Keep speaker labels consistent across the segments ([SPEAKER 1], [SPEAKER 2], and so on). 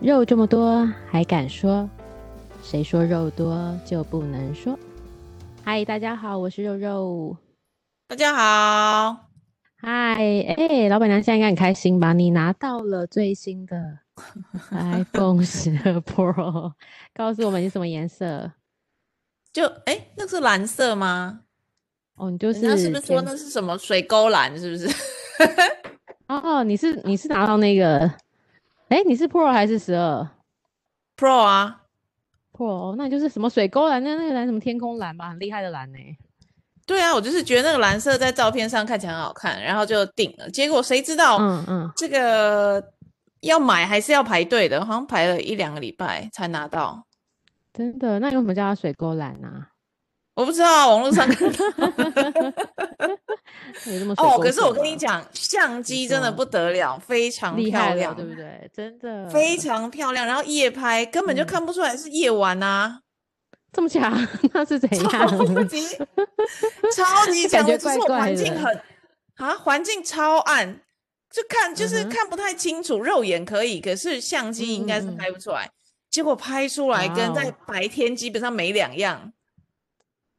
[SPEAKER 1] 肉这么多，还敢说？谁说肉多就不能说？嗨，大家好，我是肉肉。
[SPEAKER 2] 大家好，
[SPEAKER 1] 嗨，哎、老板娘现在应该很开心吧？你拿到了最新 的 iPhone 十二 Pro，告诉我们你什么颜色？
[SPEAKER 2] 就哎、诶那是蓝色吗？
[SPEAKER 1] 哦，你就
[SPEAKER 2] 人
[SPEAKER 1] 是
[SPEAKER 2] 家是不是说
[SPEAKER 1] 前
[SPEAKER 2] 那是什么水沟蓝？是不 是？
[SPEAKER 1] 哦，你是你是拿到那个？哎、你是 Pro 还是十二
[SPEAKER 2] Pro 啊，
[SPEAKER 1] Pro？那你哦就是什么水沟蓝？那那个蓝什么天空蓝吧，很厉害的蓝呢、
[SPEAKER 2] 对啊，我就是觉得那个蓝色在照片上看起来很好看，然后就定了。结果谁知道、
[SPEAKER 1] 嗯嗯，
[SPEAKER 2] 这个要买还是要排队的，好像排了一两个礼拜才拿到。
[SPEAKER 1] 真的。那你为什么叫它水沟蓝啊？
[SPEAKER 2] 我不知道啊，网络 上看到
[SPEAKER 1] 有这么水
[SPEAKER 2] 哦。
[SPEAKER 1] 沟
[SPEAKER 2] 可是我
[SPEAKER 1] 色
[SPEAKER 2] 跟你
[SPEAKER 1] 吗，
[SPEAKER 2] 讲，相机真的
[SPEAKER 1] 说
[SPEAKER 2] 不得了，非常
[SPEAKER 1] 厉
[SPEAKER 2] 漂
[SPEAKER 1] 害
[SPEAKER 2] 亮
[SPEAKER 1] 了，，对不对？真的
[SPEAKER 2] 非常漂亮。然后夜拍根本就
[SPEAKER 1] 嗯
[SPEAKER 2] 看不出来是夜晚啊。
[SPEAKER 1] 这么强， 那是怎样？
[SPEAKER 2] 超级超级
[SPEAKER 1] 感
[SPEAKER 2] 强
[SPEAKER 1] 觉
[SPEAKER 2] 的，就是
[SPEAKER 1] 怪
[SPEAKER 2] 我
[SPEAKER 1] 怪
[SPEAKER 2] 环
[SPEAKER 1] 的
[SPEAKER 2] 境很啊，环境超暗，就看就是
[SPEAKER 1] 嗯哼
[SPEAKER 2] 看不太清楚，肉眼可以，可是相机应该是
[SPEAKER 1] 嗯嗯嗯
[SPEAKER 2] 拍不出来。结果拍出来跟
[SPEAKER 1] 哇
[SPEAKER 2] 在
[SPEAKER 1] 哦
[SPEAKER 2] 白天基本上没两样，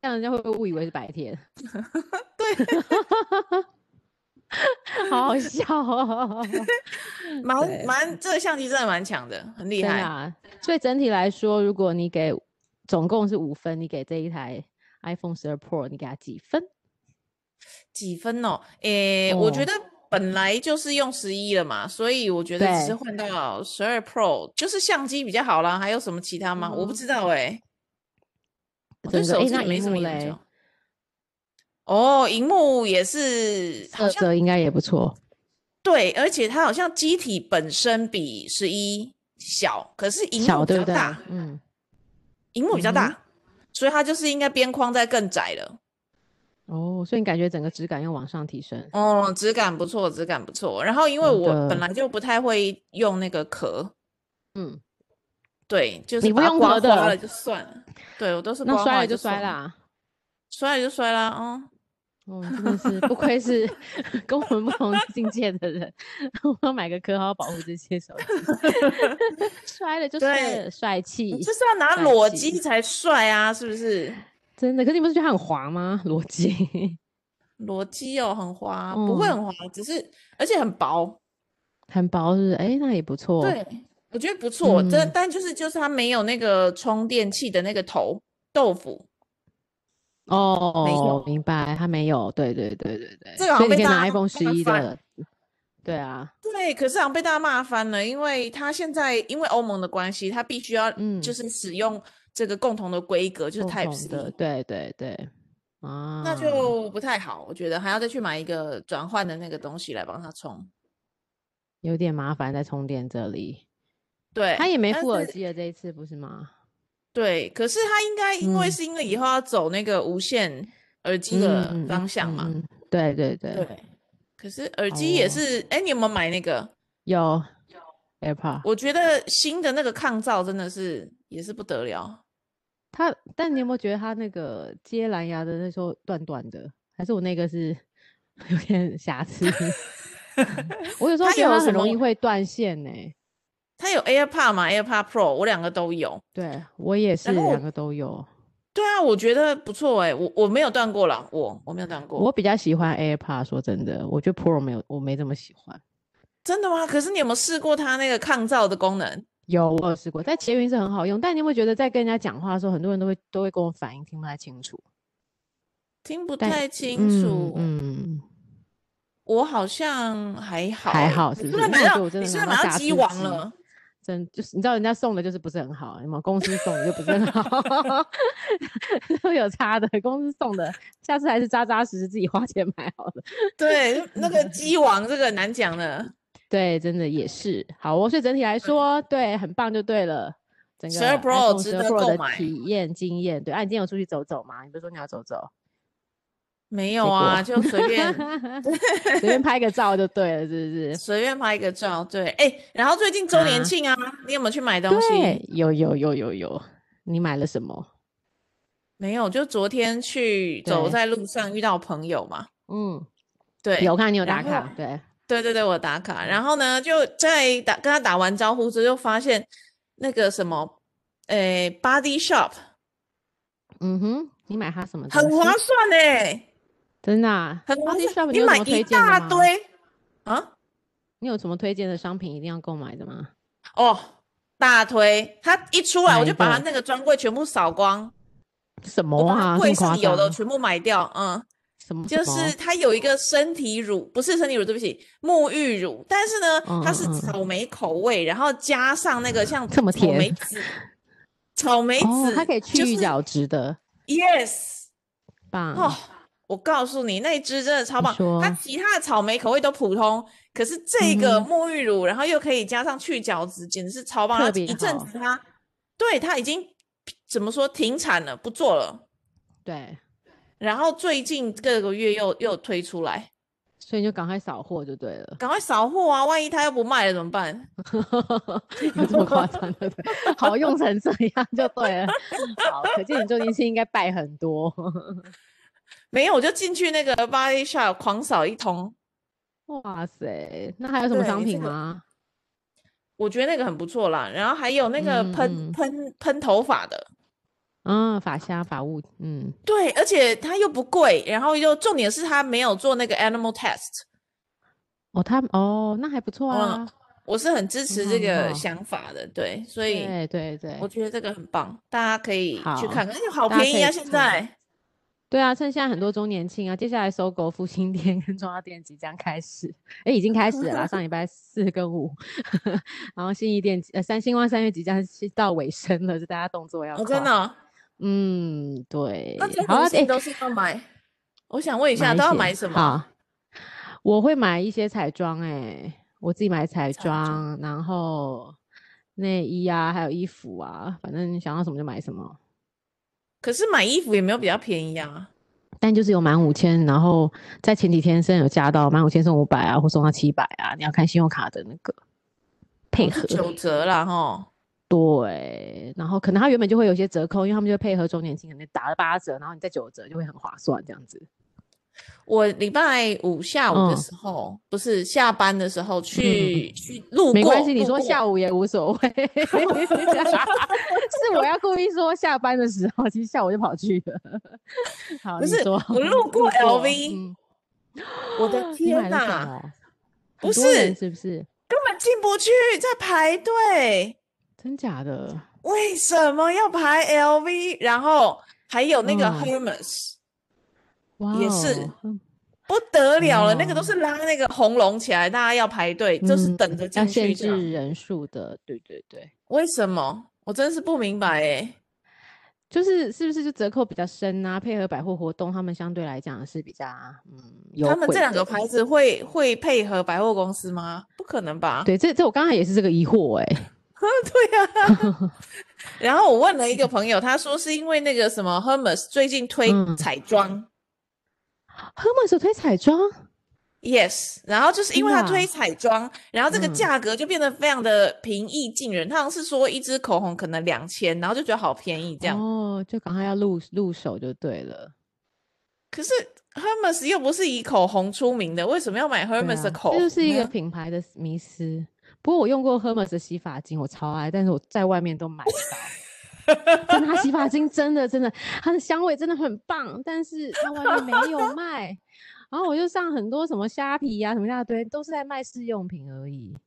[SPEAKER 1] 这样人家会不会误以为是白 天？对， 好好笑哦，对
[SPEAKER 2] 蛮蛮这个相机真的蛮强的，很厉
[SPEAKER 1] 真
[SPEAKER 2] 害。
[SPEAKER 1] 的啊。所以整体来说，如果你给总共是五分，你给这一台 iPhone 十二 Pro，你给它几分？
[SPEAKER 2] 几分哦？诶、我觉
[SPEAKER 1] 哦
[SPEAKER 2] 得本来就是用十一了嘛，所以我觉得只
[SPEAKER 1] 对
[SPEAKER 2] 是换到十二 Pro，就是相机比较好啦。还有什么其他吗？我不
[SPEAKER 1] 嗯
[SPEAKER 2] 知道诶、我对
[SPEAKER 1] 真的，
[SPEAKER 2] 手
[SPEAKER 1] 哎，
[SPEAKER 2] 机
[SPEAKER 1] 那
[SPEAKER 2] 也没
[SPEAKER 1] 荧
[SPEAKER 2] 什么
[SPEAKER 1] 幕
[SPEAKER 2] 研
[SPEAKER 1] 嘞
[SPEAKER 2] 究，。哦，荧幕也是好
[SPEAKER 1] 色
[SPEAKER 2] 像
[SPEAKER 1] 泽应该也不错。
[SPEAKER 2] 对，而且它好像机体本身比十一小，可是荧
[SPEAKER 1] 小
[SPEAKER 2] 幕比
[SPEAKER 1] 对
[SPEAKER 2] 较
[SPEAKER 1] 不对
[SPEAKER 2] 大，？
[SPEAKER 1] 嗯，
[SPEAKER 2] 荧幕比较
[SPEAKER 1] 嗯哼
[SPEAKER 2] 大，所以它就是应该边框再更窄了。
[SPEAKER 1] 哦，所以你感觉整个质感又往上提升，
[SPEAKER 2] 哦，质感不错，质感不错。然后因为
[SPEAKER 1] 真
[SPEAKER 2] 我
[SPEAKER 1] 的
[SPEAKER 2] 本来就不太会用那个壳，
[SPEAKER 1] 嗯，
[SPEAKER 2] 对，就
[SPEAKER 1] 你
[SPEAKER 2] 是
[SPEAKER 1] 不
[SPEAKER 2] 把它
[SPEAKER 1] 用
[SPEAKER 2] 刮
[SPEAKER 1] 壳的
[SPEAKER 2] 花
[SPEAKER 1] 哦
[SPEAKER 2] 了就算了，对我都是
[SPEAKER 1] 那
[SPEAKER 2] 刮
[SPEAKER 1] 摔
[SPEAKER 2] 花
[SPEAKER 1] 了就
[SPEAKER 2] 算
[SPEAKER 1] 摔啦、，
[SPEAKER 2] 摔了就摔啦，嗯。
[SPEAKER 1] 哦，你真的是不愧是 跟我们不同境界的人， 我要买个壳好好保护这些手机。 摔了就摔
[SPEAKER 2] 对
[SPEAKER 1] 了，帅气
[SPEAKER 2] 你，嗯就是要拿
[SPEAKER 1] 帅
[SPEAKER 2] 裸
[SPEAKER 1] 气
[SPEAKER 2] 机才帅啊，是不是？
[SPEAKER 1] 真的。可是你不是觉得它很滑吗？逻辑
[SPEAKER 2] 裸机哦，很滑，不会
[SPEAKER 1] 嗯
[SPEAKER 2] 很滑，只是而且很薄。
[SPEAKER 1] 很薄，是不是？哎、那也不错。
[SPEAKER 2] 对，我觉得不错。这
[SPEAKER 1] 嗯
[SPEAKER 2] 但就是就是它没有那个充电器的那个头豆腐，
[SPEAKER 1] 哦，明白，它没有。对对对对对，
[SPEAKER 2] 这个好
[SPEAKER 1] 所以你
[SPEAKER 2] 像被
[SPEAKER 1] 可以拿
[SPEAKER 2] 大家
[SPEAKER 1] iPhone 十
[SPEAKER 2] 骂
[SPEAKER 1] 一
[SPEAKER 2] 翻
[SPEAKER 1] 的。对啊，
[SPEAKER 2] 对，可是好像被大家骂翻了，因为它现在因为欧盟的关系，它必须要
[SPEAKER 1] 嗯
[SPEAKER 2] 就是使用这个共同的规格，就是
[SPEAKER 1] 共
[SPEAKER 2] Type
[SPEAKER 1] 同的，
[SPEAKER 2] C，
[SPEAKER 1] 对对对，啊，
[SPEAKER 2] 那就不太好，我觉得还要再去买一个转换的那个东西来帮它充。
[SPEAKER 1] 有点麻烦在充电这里。
[SPEAKER 2] 对，
[SPEAKER 1] 它也没
[SPEAKER 2] 但
[SPEAKER 1] 附耳
[SPEAKER 2] 是
[SPEAKER 1] 机了，这一次不是吗？
[SPEAKER 2] 对，可是它应该因为
[SPEAKER 1] 嗯
[SPEAKER 2] 是因为以后要走那个无线耳机的
[SPEAKER 1] 嗯
[SPEAKER 2] 方向嘛，
[SPEAKER 1] 嗯，对对对，
[SPEAKER 2] 对。可是耳机也
[SPEAKER 1] 哦
[SPEAKER 2] 是，哎，你有没有买那个？
[SPEAKER 1] 有 AirPod，
[SPEAKER 2] 我觉得新的那个抗噪真的是也是不得了。
[SPEAKER 1] 它，但你有没有觉得它那个接蓝牙的那时候断断的？还是我那个是 有点瑕疵？ 我有时候
[SPEAKER 2] 它
[SPEAKER 1] 觉得它
[SPEAKER 2] 有什
[SPEAKER 1] 很容易
[SPEAKER 2] 么
[SPEAKER 1] 会断线呢、
[SPEAKER 2] 它有 AirPod 嘛，AirPod Pro，我两个都有。
[SPEAKER 1] 对我也是，
[SPEAKER 2] 然后
[SPEAKER 1] 两
[SPEAKER 2] 我
[SPEAKER 1] 个都有。
[SPEAKER 2] 对啊，我觉得不错哎、我我没有断过啦，我我没有断过。
[SPEAKER 1] 我比较喜欢 AirPod，说真的，我觉得 Pro 没有，我没这么喜欢。
[SPEAKER 2] 真的吗？可是你有没有试过它那个抗噪的功能？
[SPEAKER 1] 有，我有试过，在捷运是很好用，但你有没有觉得在跟人家讲话的时候，很多人都会都会跟我反应听不太清楚？
[SPEAKER 2] 听不
[SPEAKER 1] 但
[SPEAKER 2] 太清
[SPEAKER 1] 嗯
[SPEAKER 2] 楚，
[SPEAKER 1] 嗯，
[SPEAKER 2] 我好像还好
[SPEAKER 1] 还
[SPEAKER 2] 哎、
[SPEAKER 1] 好
[SPEAKER 2] 你
[SPEAKER 1] 是不
[SPEAKER 2] 是不
[SPEAKER 1] 是？
[SPEAKER 2] 是
[SPEAKER 1] 那
[SPEAKER 2] 买
[SPEAKER 1] 我觉得我真
[SPEAKER 2] 到你
[SPEAKER 1] 的
[SPEAKER 2] 是
[SPEAKER 1] 拿
[SPEAKER 2] 不是
[SPEAKER 1] 到
[SPEAKER 2] 买到
[SPEAKER 1] 榨
[SPEAKER 2] 机
[SPEAKER 1] 汁
[SPEAKER 2] 王
[SPEAKER 1] 机。
[SPEAKER 2] 了？
[SPEAKER 1] 真就是你知道人家送的就是不是很好，你们公司送的就不是很好， 都有差的。公司送的，下次还是扎扎实实自己花钱买好了。
[SPEAKER 2] 对，那个机王这个很难讲的，
[SPEAKER 1] 对，真的也是好哦。所以整体来说，对，很棒就对了。整个
[SPEAKER 2] 12 Pro
[SPEAKER 1] iPhone
[SPEAKER 2] 值
[SPEAKER 1] 12
[SPEAKER 2] 得
[SPEAKER 1] Pro
[SPEAKER 2] 购
[SPEAKER 1] 的
[SPEAKER 2] 买
[SPEAKER 1] 体验经验，对，啊，你今天有出去走走吗？你不是说你要走 走，
[SPEAKER 2] 没
[SPEAKER 1] 结
[SPEAKER 2] 有
[SPEAKER 1] 果
[SPEAKER 2] 啊，就随便
[SPEAKER 1] 随便拍个照就对了，是不是？
[SPEAKER 2] 随便拍一个照，对，哎、然后最近周年
[SPEAKER 1] 啊
[SPEAKER 2] 庆啊，你有没有去买东
[SPEAKER 1] 对
[SPEAKER 2] 西？，
[SPEAKER 1] 有有有有有，你买了什么？
[SPEAKER 2] 没有，就昨天去走
[SPEAKER 1] 对
[SPEAKER 2] 在路上遇到朋友嘛，
[SPEAKER 1] 嗯，
[SPEAKER 2] 对，
[SPEAKER 1] 有看你有打
[SPEAKER 2] 然后
[SPEAKER 1] 卡，对，
[SPEAKER 2] 对对对，我打卡。然后呢，就在打跟他打完招呼之后，就发现那个什么，诶，Body Shop
[SPEAKER 1] 嗯哼，你买它什么东西？
[SPEAKER 2] 很划算哎、
[SPEAKER 1] 真的、啊。
[SPEAKER 2] 很划
[SPEAKER 1] Body
[SPEAKER 2] 算
[SPEAKER 1] Shop，。你
[SPEAKER 2] 你
[SPEAKER 1] 有什
[SPEAKER 2] 买
[SPEAKER 1] 么
[SPEAKER 2] 一
[SPEAKER 1] 推荐的
[SPEAKER 2] 大
[SPEAKER 1] 吗
[SPEAKER 2] 堆啊，
[SPEAKER 1] 你有什么推荐的商品一定要购买的吗？
[SPEAKER 2] 哦，大推。它一出来，
[SPEAKER 1] 哪
[SPEAKER 2] 我
[SPEAKER 1] 一
[SPEAKER 2] 就把它
[SPEAKER 1] 个
[SPEAKER 2] 那个专柜全部扫光，
[SPEAKER 1] 什么
[SPEAKER 2] 我把
[SPEAKER 1] 啊？
[SPEAKER 2] 它
[SPEAKER 1] 这
[SPEAKER 2] 柜
[SPEAKER 1] 么夸
[SPEAKER 2] 上有的
[SPEAKER 1] 张
[SPEAKER 2] 全部买掉，嗯。
[SPEAKER 1] 什么？
[SPEAKER 2] 就
[SPEAKER 1] 什么
[SPEAKER 2] 是它有一个身体乳，不是身体乳，对不起，沐浴乳，但是呢，它是
[SPEAKER 1] 嗯嗯嗯
[SPEAKER 2] 草莓口味，然后加上那个像
[SPEAKER 1] 这么
[SPEAKER 2] 草莓
[SPEAKER 1] 甜
[SPEAKER 2] 籽，草莓籽，
[SPEAKER 1] 哦，它可以
[SPEAKER 2] 就
[SPEAKER 1] 去
[SPEAKER 2] 是
[SPEAKER 1] 角质的，
[SPEAKER 2] yes
[SPEAKER 1] 棒。
[SPEAKER 2] 哦，我告诉你，那一支真的超
[SPEAKER 1] 你
[SPEAKER 2] 棒，它
[SPEAKER 1] 说
[SPEAKER 2] 其他的草莓口味都普通，可是这个
[SPEAKER 1] 嗯
[SPEAKER 2] 沐浴乳，然后又可以加上去角质，简直是超棒，
[SPEAKER 1] 特
[SPEAKER 2] 它
[SPEAKER 1] 别
[SPEAKER 2] 一阵
[SPEAKER 1] 好
[SPEAKER 2] 子它，对，它已经怎么说停产了，不做了，
[SPEAKER 1] 对，
[SPEAKER 2] 然后最近这个月又又推出来。
[SPEAKER 1] 所以就赶快扫货就对 了，
[SPEAKER 2] 赶快扫货啊！万一他又不卖了怎么办？
[SPEAKER 1] 有这么夸张对不对？好用成这样就对了，好，可见你究竟是应该拜很多
[SPEAKER 2] 没有，我就进去那个 Body Shop 狂扫一通。
[SPEAKER 1] 哇塞，那还有什么
[SPEAKER 2] 对
[SPEAKER 1] 商
[SPEAKER 2] 这
[SPEAKER 1] 品
[SPEAKER 2] 个
[SPEAKER 1] 吗？
[SPEAKER 2] 我觉得那个很不错啦，然后还有那个
[SPEAKER 1] 嗯
[SPEAKER 2] 喷、
[SPEAKER 1] 嗯
[SPEAKER 2] 喷喷头发的，
[SPEAKER 1] 嗯，法虾、法务，嗯，
[SPEAKER 2] 对，而且它又不贵，然后又重点是它没有做那个 animal test，
[SPEAKER 1] 哦，他哦，那还不错
[SPEAKER 2] 嗯
[SPEAKER 1] 啊，
[SPEAKER 2] 我是很支持
[SPEAKER 1] 好
[SPEAKER 2] 这
[SPEAKER 1] 很
[SPEAKER 2] 个
[SPEAKER 1] 好
[SPEAKER 2] 想法的，对，所以
[SPEAKER 1] 嗯对对对
[SPEAKER 2] 我，觉得这个很棒，大家可以去
[SPEAKER 1] 好
[SPEAKER 2] 看看，而且好
[SPEAKER 1] 大家
[SPEAKER 2] 便
[SPEAKER 1] 可
[SPEAKER 2] 宜
[SPEAKER 1] 以
[SPEAKER 2] 啊，
[SPEAKER 1] 去
[SPEAKER 2] 现
[SPEAKER 1] 看
[SPEAKER 2] 在
[SPEAKER 1] 对啊，趁现在很多周年庆啊，接下来搜狗复兴店跟中药店即将开始，哎，已经开始了啦，上礼拜四跟五， 然后信义店呃三星光三月即将是到尾声了，就大家动作要快，
[SPEAKER 2] 我、哦、真的哦、
[SPEAKER 1] 嗯，对
[SPEAKER 2] 那这，
[SPEAKER 1] 好啊，
[SPEAKER 2] 红
[SPEAKER 1] 哎
[SPEAKER 2] 线都是要买，我想问一下
[SPEAKER 1] 一
[SPEAKER 2] 都要
[SPEAKER 1] 些
[SPEAKER 2] 买什么？
[SPEAKER 1] 好，我会买一些彩妆、哎，我自己买彩
[SPEAKER 2] 彩妆
[SPEAKER 1] 妆，然后内衣啊，还有衣服啊，反正你想要什么就买什么。
[SPEAKER 2] 可是买衣服也没有比较便宜啊。
[SPEAKER 1] 但就是有满五千，然后在前几天真的有加到满五千送五百啊，或送到七百啊，你要看信用卡的那个配合
[SPEAKER 2] 是。哦九折啦哈。
[SPEAKER 1] 对，然后可能它原本就会有一些折扣，因为他们就会配合周年庆，可能打了八折，然后你再九折就会很划算这样子。
[SPEAKER 2] 我礼拜五下午的
[SPEAKER 1] 嗯
[SPEAKER 2] 时候，不是下班的时候去、去路过，
[SPEAKER 1] 没关系，你
[SPEAKER 2] 路
[SPEAKER 1] 说
[SPEAKER 2] 过
[SPEAKER 1] 下午也无所谓。 是我要故意说下班的时候，其实下午就跑去了。 好，
[SPEAKER 2] 不
[SPEAKER 1] 你
[SPEAKER 2] 是
[SPEAKER 1] 说
[SPEAKER 2] 我路过 LV，
[SPEAKER 1] 嗯
[SPEAKER 2] 我的
[SPEAKER 1] 你买
[SPEAKER 2] 天
[SPEAKER 1] 了什
[SPEAKER 2] 哪，
[SPEAKER 1] 么？
[SPEAKER 2] 不
[SPEAKER 1] 很多人
[SPEAKER 2] 是
[SPEAKER 1] 是不是？
[SPEAKER 2] 根本进不去，在排队，
[SPEAKER 1] 真假的？
[SPEAKER 2] 为什么要排 LV？然后还有那个
[SPEAKER 1] 嗯
[SPEAKER 2] Hermes，、
[SPEAKER 1] 哇、
[SPEAKER 2] 也是
[SPEAKER 1] 哦嗯
[SPEAKER 2] 不得了了，那个
[SPEAKER 1] 哦
[SPEAKER 2] 都是拉那个红龙起来，大家要排队，就是
[SPEAKER 1] 嗯
[SPEAKER 2] 等着
[SPEAKER 1] 要
[SPEAKER 2] 进去
[SPEAKER 1] 限
[SPEAKER 2] 这样。
[SPEAKER 1] 制人数的，对对对，
[SPEAKER 2] 为什么？我真是不明白哎、
[SPEAKER 1] 就是是不是就折扣比较深啊？配合百货活动，他们相对来讲是比较嗯优惠的。
[SPEAKER 2] 他们这两个牌子会会配合百货公司吗？不可能吧？
[SPEAKER 1] 对，这这我刚才也是这个疑惑哎、
[SPEAKER 2] 对呀、 然后我问了一个朋友，他说是因为那个什么 Hermes 最近推
[SPEAKER 1] 嗯
[SPEAKER 2] 彩妆、
[SPEAKER 1] Hermes 有推彩妆，
[SPEAKER 2] y e s 然后就是因为
[SPEAKER 1] 真
[SPEAKER 2] 他
[SPEAKER 1] 的啊
[SPEAKER 2] 推彩妆，然后这个
[SPEAKER 1] 嗯
[SPEAKER 2] 价格就变得非常的平易近人。他好像是说一支口红可能两千，然后就觉得好便宜这样。
[SPEAKER 1] 哦，就赶快要入入手就对了。
[SPEAKER 2] 可是 Hermes 又不是以口红出名的，为什么要买
[SPEAKER 1] 对
[SPEAKER 2] Hermes 的
[SPEAKER 1] 啊
[SPEAKER 2] 口红
[SPEAKER 1] 这
[SPEAKER 2] 呢？
[SPEAKER 1] 就是一个品牌的迷思。不过我用过 Hermes 的洗发精，我超爱，但是我在外面都买不到。但它洗发精真的真的，它的香味真的很棒，但是它外面没 有卖。然后我就上很多什么虾皮呀、什么一大堆，都是在卖试用品而已。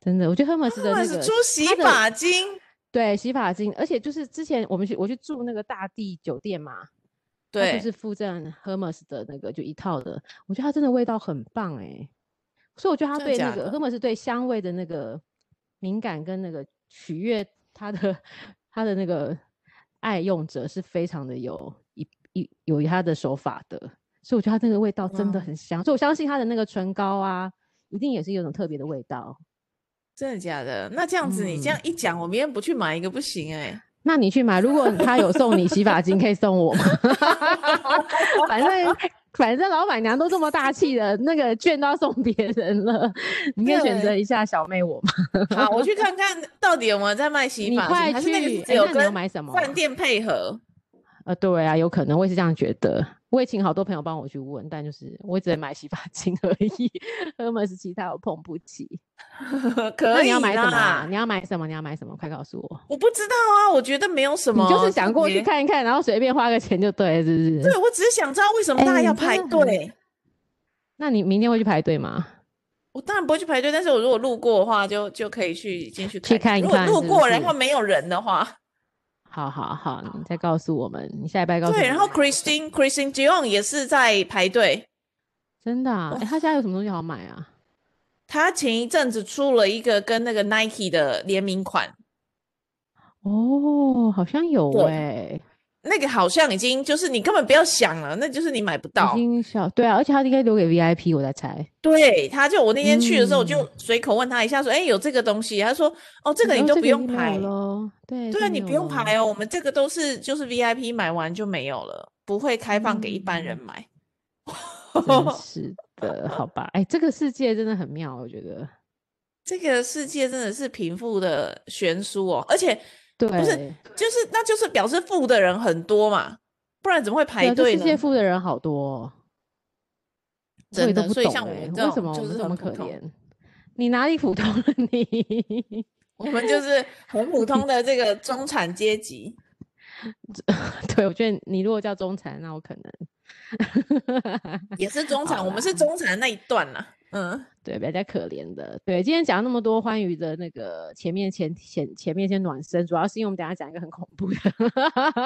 [SPEAKER 1] 真的，我觉得 Hermes 的那
[SPEAKER 2] Hermes
[SPEAKER 1] 个
[SPEAKER 2] 出洗
[SPEAKER 1] 它的
[SPEAKER 2] 发精，
[SPEAKER 1] 对洗发精，而且就是之前我们去我去住那个大地酒店嘛，它
[SPEAKER 2] 对，
[SPEAKER 1] 就是附赠 Hermes 的那个就一套的，我觉得它真的味道很棒哎、所以我觉得它
[SPEAKER 2] 真的
[SPEAKER 1] 对那
[SPEAKER 2] 假
[SPEAKER 1] 个
[SPEAKER 2] 的
[SPEAKER 1] Hermes 对香味的那个敏感跟那个取悦它的它的那个爱用者是非常的有一一有它的手法的，所以我觉得它那个味道真的
[SPEAKER 2] 哇
[SPEAKER 1] 很香，所以我相信它的那个唇膏啊，一定也是有种特别的味道。
[SPEAKER 2] 真的假的？那这样子你这
[SPEAKER 1] 嗯
[SPEAKER 2] 样一讲，我明天不去买一个不行哎、
[SPEAKER 1] 那你去买，如果他有送你洗发精，可以送我吗？ 反正反正老板娘都这么大气了，那个券都要送别人了，你可以选择一下小妹我吗？
[SPEAKER 2] 好，我去看看到底有没有在卖洗
[SPEAKER 1] 你
[SPEAKER 2] 发
[SPEAKER 1] 快
[SPEAKER 2] 精，还是那个
[SPEAKER 1] 去
[SPEAKER 2] 是，只
[SPEAKER 1] 哎
[SPEAKER 2] 有
[SPEAKER 1] 那你要
[SPEAKER 2] 跟
[SPEAKER 1] 买什么啊？
[SPEAKER 2] 饭店配合？
[SPEAKER 1] 呃，对啊，有可能，我也是这样觉得。我也请好多朋友帮我去问，但就是我只能买洗发精而已，Hermes 其他我碰不起。那
[SPEAKER 2] 可以
[SPEAKER 1] 你要买什么、啊
[SPEAKER 2] 啦？
[SPEAKER 1] 你要买什么？你要买什么？快告诉我！
[SPEAKER 2] 我不知道啊，我觉得没有什么
[SPEAKER 1] 你
[SPEAKER 2] 特别。
[SPEAKER 1] 就是想过去看一看，然后随便花个钱就对了，是不是？
[SPEAKER 2] 对，我只是想知道为什么
[SPEAKER 1] 哎
[SPEAKER 2] 大家
[SPEAKER 1] 你
[SPEAKER 2] 要
[SPEAKER 1] 真
[SPEAKER 2] 排
[SPEAKER 1] 的很
[SPEAKER 2] 队。
[SPEAKER 1] 那你明天会去排队吗？
[SPEAKER 2] 我当然不会去排队，但是我如果路过的话就，就可以去进去
[SPEAKER 1] 去看一
[SPEAKER 2] 如果
[SPEAKER 1] 看
[SPEAKER 2] 路
[SPEAKER 1] 是不
[SPEAKER 2] 过然
[SPEAKER 1] 是
[SPEAKER 2] 后没有人的话，
[SPEAKER 1] 好好好，你再告诉我们，你下礼拜告诉我们。
[SPEAKER 2] 对。然后 Christine Christine Dion 也是在排队，
[SPEAKER 1] 真的啊，哎、他家有什么东西好买啊？
[SPEAKER 2] 她前一阵子出了一个跟那个 Nike 的联名款，
[SPEAKER 1] 哦，好像有
[SPEAKER 2] 对
[SPEAKER 1] 哎、
[SPEAKER 2] 那个好像已经就是你根本不要想了，那就是你买不到
[SPEAKER 1] 已。经小对啊，而且他应该留给 VIP，我在猜。
[SPEAKER 2] 对，他就我那天去的时候，我就
[SPEAKER 1] 嗯
[SPEAKER 2] 随口问他一下说：“哎、有这个东西？”他说：“哦，这
[SPEAKER 1] 这
[SPEAKER 2] 个你都不用排。
[SPEAKER 1] 喽，对
[SPEAKER 2] 对啊，你不用排哦，我们这个都是就是 VIP 买完就没有了，不会开放给一般人
[SPEAKER 1] 嗯
[SPEAKER 2] 买。
[SPEAKER 1] 哦。真是的，好吧，哎、这个世界真的很妙，我觉得。
[SPEAKER 2] 这个世界真的是贫富的悬殊哦，而且
[SPEAKER 1] 对，
[SPEAKER 2] 是就是那就是表示富的人很多嘛，不然怎么会
[SPEAKER 1] 对
[SPEAKER 2] 排
[SPEAKER 1] 啊这
[SPEAKER 2] 队
[SPEAKER 1] 世界
[SPEAKER 2] 呢？
[SPEAKER 1] 富的人好多、哦，我也
[SPEAKER 2] 真
[SPEAKER 1] 都
[SPEAKER 2] 的
[SPEAKER 1] 不
[SPEAKER 2] 所以
[SPEAKER 1] 懂
[SPEAKER 2] 像我
[SPEAKER 1] 哎
[SPEAKER 2] 们这
[SPEAKER 1] 为什
[SPEAKER 2] 种
[SPEAKER 1] 么我
[SPEAKER 2] 就
[SPEAKER 1] 们
[SPEAKER 2] 是
[SPEAKER 1] 这
[SPEAKER 2] 很
[SPEAKER 1] 么
[SPEAKER 2] 普
[SPEAKER 1] 可
[SPEAKER 2] 通
[SPEAKER 1] 怜？你哪里普通了你？
[SPEAKER 2] 我们就是很普通的这个中产阶级。
[SPEAKER 1] 对，我觉得你如果叫中产，那我可能
[SPEAKER 2] 也是 中
[SPEAKER 1] 好
[SPEAKER 2] 产，我们
[SPEAKER 1] 啦
[SPEAKER 2] 是中产那一段啦。嗯，
[SPEAKER 1] 对比较可怜的。对，今天讲那么多欢愉的那个前面前前前面先暖身，主要是因为我们等一下讲一个很恐怖的，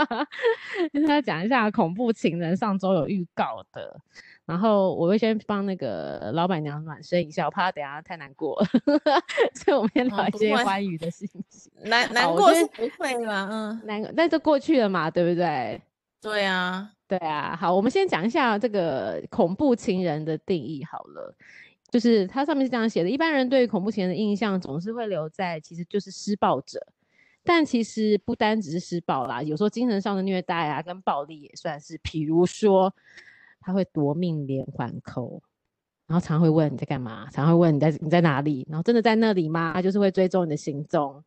[SPEAKER 1] 跟大家讲一下恐怖情人上周有预告的。然后我会先帮那个老板娘暖身一下，我怕她等一下太难过了， 所以我们先
[SPEAKER 2] 哦
[SPEAKER 1] 聊一
[SPEAKER 2] 不
[SPEAKER 1] 些
[SPEAKER 2] 会
[SPEAKER 1] 欢愉的事情。
[SPEAKER 2] 难难
[SPEAKER 1] 好我
[SPEAKER 2] 过
[SPEAKER 1] 觉
[SPEAKER 2] 是
[SPEAKER 1] 得
[SPEAKER 2] 不会啦。嗯，
[SPEAKER 1] 难，那就过去了嘛，对不对？
[SPEAKER 2] 对啊，
[SPEAKER 1] 对啊，好，我们先讲一下这个恐怖情人的定义好了。就是它上面是这样写的：一般人对于恐怖情人的印象总是会留在，其实就是施暴者，但其实不单只是施暴啦，有时候精神上的虐待啊，跟暴力也算是。比如说，他会夺命连环扣，然后常会问你在干嘛，常会问你在你在哪里，然后真的在那里吗？他就是会追踪你的行踪，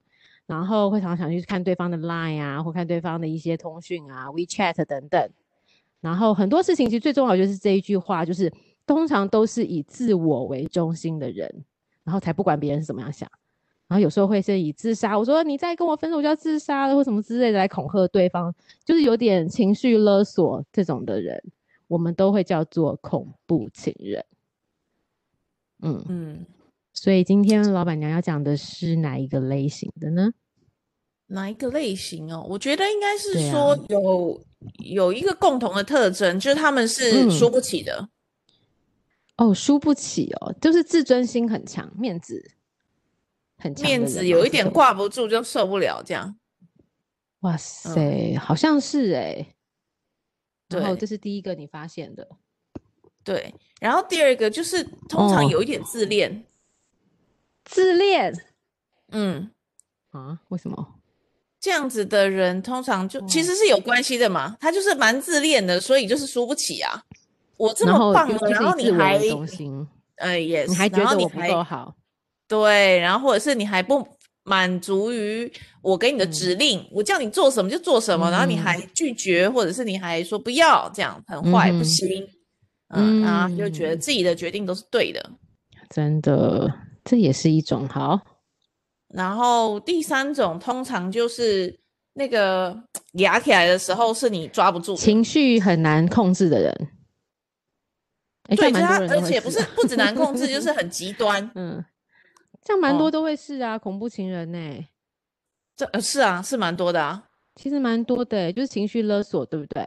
[SPEAKER 1] 然后会常常去看对方的 Line 啊，或看对方的一些通讯啊、WeChat 等等。然后很多事情其实最重要的就是这一句话，就是通常都是以自我为中心的人，然后才不管别人是怎么样想。然后有时候会是以自杀，我说你再跟我分手我就要自杀了，或什么之类的来恐吓对方，就是有点情绪勒索这种的人，我们都会叫做恐怖情人。嗯，
[SPEAKER 2] 嗯，
[SPEAKER 1] 所以今天老板娘要讲的是哪一个类型的呢？
[SPEAKER 2] 哪一个类型哦？我觉得应该
[SPEAKER 1] 对
[SPEAKER 2] 是
[SPEAKER 1] 啊
[SPEAKER 2] 说有、有一个共同的特征，就是他们是
[SPEAKER 1] 嗯
[SPEAKER 2] 输不起的。
[SPEAKER 1] 哦，输不起哦，就是自尊心很强，面子很强的人
[SPEAKER 2] 面
[SPEAKER 1] 吗，
[SPEAKER 2] 子有一
[SPEAKER 1] 是这
[SPEAKER 2] 点
[SPEAKER 1] 种
[SPEAKER 2] 挂不住就受不了，这样
[SPEAKER 1] 哇塞，好像是哎、然后
[SPEAKER 2] 嗯对
[SPEAKER 1] 这是第一个你发现的，
[SPEAKER 2] 对。然后第二个就是通常
[SPEAKER 1] 哦
[SPEAKER 2] 有一点自恋，
[SPEAKER 1] 自恋
[SPEAKER 2] 嗯，
[SPEAKER 1] 啊？为什么？
[SPEAKER 2] 这样子的人通常就其
[SPEAKER 1] 哦
[SPEAKER 2] 实是有关系的嘛，他就是蛮自恋的，所以就是输不起啊。我这
[SPEAKER 1] 然后
[SPEAKER 2] 么棒
[SPEAKER 1] 尤
[SPEAKER 2] 了，
[SPEAKER 1] 其
[SPEAKER 2] 然后
[SPEAKER 1] 是以
[SPEAKER 2] 你
[SPEAKER 1] 自我
[SPEAKER 2] 还
[SPEAKER 1] 为中心，
[SPEAKER 2] 呃也
[SPEAKER 1] 你还觉得我不够
[SPEAKER 2] 还
[SPEAKER 1] 好？
[SPEAKER 2] 对，然后或者是你还不满足于我给你的
[SPEAKER 1] 嗯
[SPEAKER 2] 指令，我叫你做什么就做什么，然后你
[SPEAKER 1] 嗯
[SPEAKER 2] 还拒绝，或者是你还说不要，这样很坏，
[SPEAKER 1] 嗯
[SPEAKER 2] 不
[SPEAKER 1] 哼
[SPEAKER 2] 行，嗯，然后就觉得
[SPEAKER 1] 嗯
[SPEAKER 2] 自己的决定都是对的。
[SPEAKER 1] 真的，这也是一种好
[SPEAKER 2] 然后第三种通常就是那个压起来的时候是你抓不住的，
[SPEAKER 1] 情绪很难控制的人。哎，这
[SPEAKER 2] 对，
[SPEAKER 1] 样
[SPEAKER 2] 就
[SPEAKER 1] 蛮
[SPEAKER 2] 他，
[SPEAKER 1] 多人
[SPEAKER 2] 而
[SPEAKER 1] 都会
[SPEAKER 2] 且不是
[SPEAKER 1] 啊
[SPEAKER 2] 不止难控 制，就是很极端。
[SPEAKER 1] 嗯，这样蛮多
[SPEAKER 2] 哦
[SPEAKER 1] 都会是啊，恐怖情人呢、欸
[SPEAKER 2] 这呃是啊，是蛮多的啊。
[SPEAKER 1] 其实蛮多的、欸就是情绪勒索，对不对？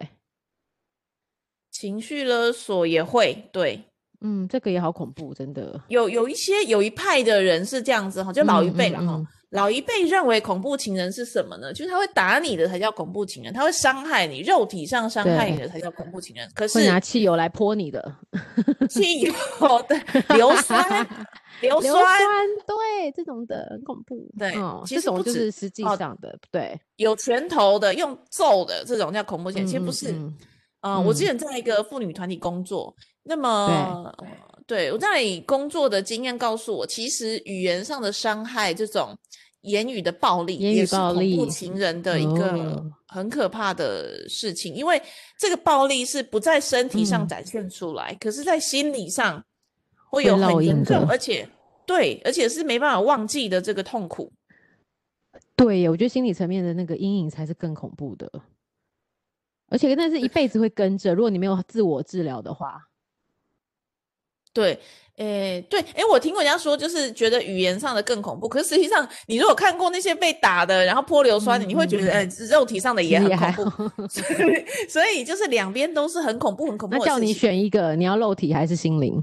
[SPEAKER 2] 情绪勒索也会，对，
[SPEAKER 1] 嗯，这个也好恐怖，真的。
[SPEAKER 2] 有有一些有一派的人是这样子哈，就老一辈了
[SPEAKER 1] 嗯嗯
[SPEAKER 2] 哈。
[SPEAKER 1] 嗯
[SPEAKER 2] 老一辈认为恐怖情人是什么呢？就是他会打你的才叫恐怖情人，他会伤害你，肉体上伤害你
[SPEAKER 1] 对
[SPEAKER 2] 的才叫恐怖情人。可
[SPEAKER 1] 会
[SPEAKER 2] 是
[SPEAKER 1] 拿汽油来泼你的，
[SPEAKER 2] 汽油的 硫酸，硫
[SPEAKER 1] 硫
[SPEAKER 2] 酸
[SPEAKER 1] 对这种的很恐怖。
[SPEAKER 2] 对
[SPEAKER 1] 哦，
[SPEAKER 2] 其
[SPEAKER 1] 这
[SPEAKER 2] 实
[SPEAKER 1] 种
[SPEAKER 2] 不
[SPEAKER 1] 就
[SPEAKER 2] 止
[SPEAKER 1] 是实际
[SPEAKER 2] 哦
[SPEAKER 1] 上的，对，
[SPEAKER 2] 有拳头的、用揍的这种叫恐怖情人，其实
[SPEAKER 1] 嗯嗯
[SPEAKER 2] 不是。
[SPEAKER 1] 嗯
[SPEAKER 2] 呃，我之
[SPEAKER 1] 嗯
[SPEAKER 2] 前在一个妇女团体工作，那么呃对我在那里工作的经验告诉我，其实语言上的伤害这种言语的暴力，
[SPEAKER 1] 言
[SPEAKER 2] 也
[SPEAKER 1] 语
[SPEAKER 2] 是
[SPEAKER 1] 暴
[SPEAKER 2] 恐怖
[SPEAKER 1] 力
[SPEAKER 2] 情人的一个
[SPEAKER 1] 哦
[SPEAKER 2] 很可怕的事情，因为这个暴力是不在身体上
[SPEAKER 1] 嗯
[SPEAKER 2] 展现出来，可是，在心理上会
[SPEAKER 1] 会
[SPEAKER 2] 有很
[SPEAKER 1] 烙
[SPEAKER 2] 严
[SPEAKER 1] 印的
[SPEAKER 2] 重，而且对，而且是没办法忘记的这个痛苦。
[SPEAKER 1] 对耶，我觉得心理层面的那个阴影才是更恐怖的，而且那是一辈子会跟着，如果你没有自我治疗的话，
[SPEAKER 2] 对，诶，对，诶，我听过人家说，就是觉得语言上的更恐怖。可是实际上，你如果看过那些被打的，然后泼硫酸的，你会觉得，
[SPEAKER 1] 嗯
[SPEAKER 2] 诶，肉体上的也
[SPEAKER 1] 其实
[SPEAKER 2] 很
[SPEAKER 1] 也还
[SPEAKER 2] 恐怖。
[SPEAKER 1] 好。
[SPEAKER 2] 所以，所以就是两边都是很恐怖、很恐怖
[SPEAKER 1] 那
[SPEAKER 2] 的
[SPEAKER 1] 叫
[SPEAKER 2] 事
[SPEAKER 1] 你
[SPEAKER 2] 情。
[SPEAKER 1] 选一个，你要肉体还是心灵？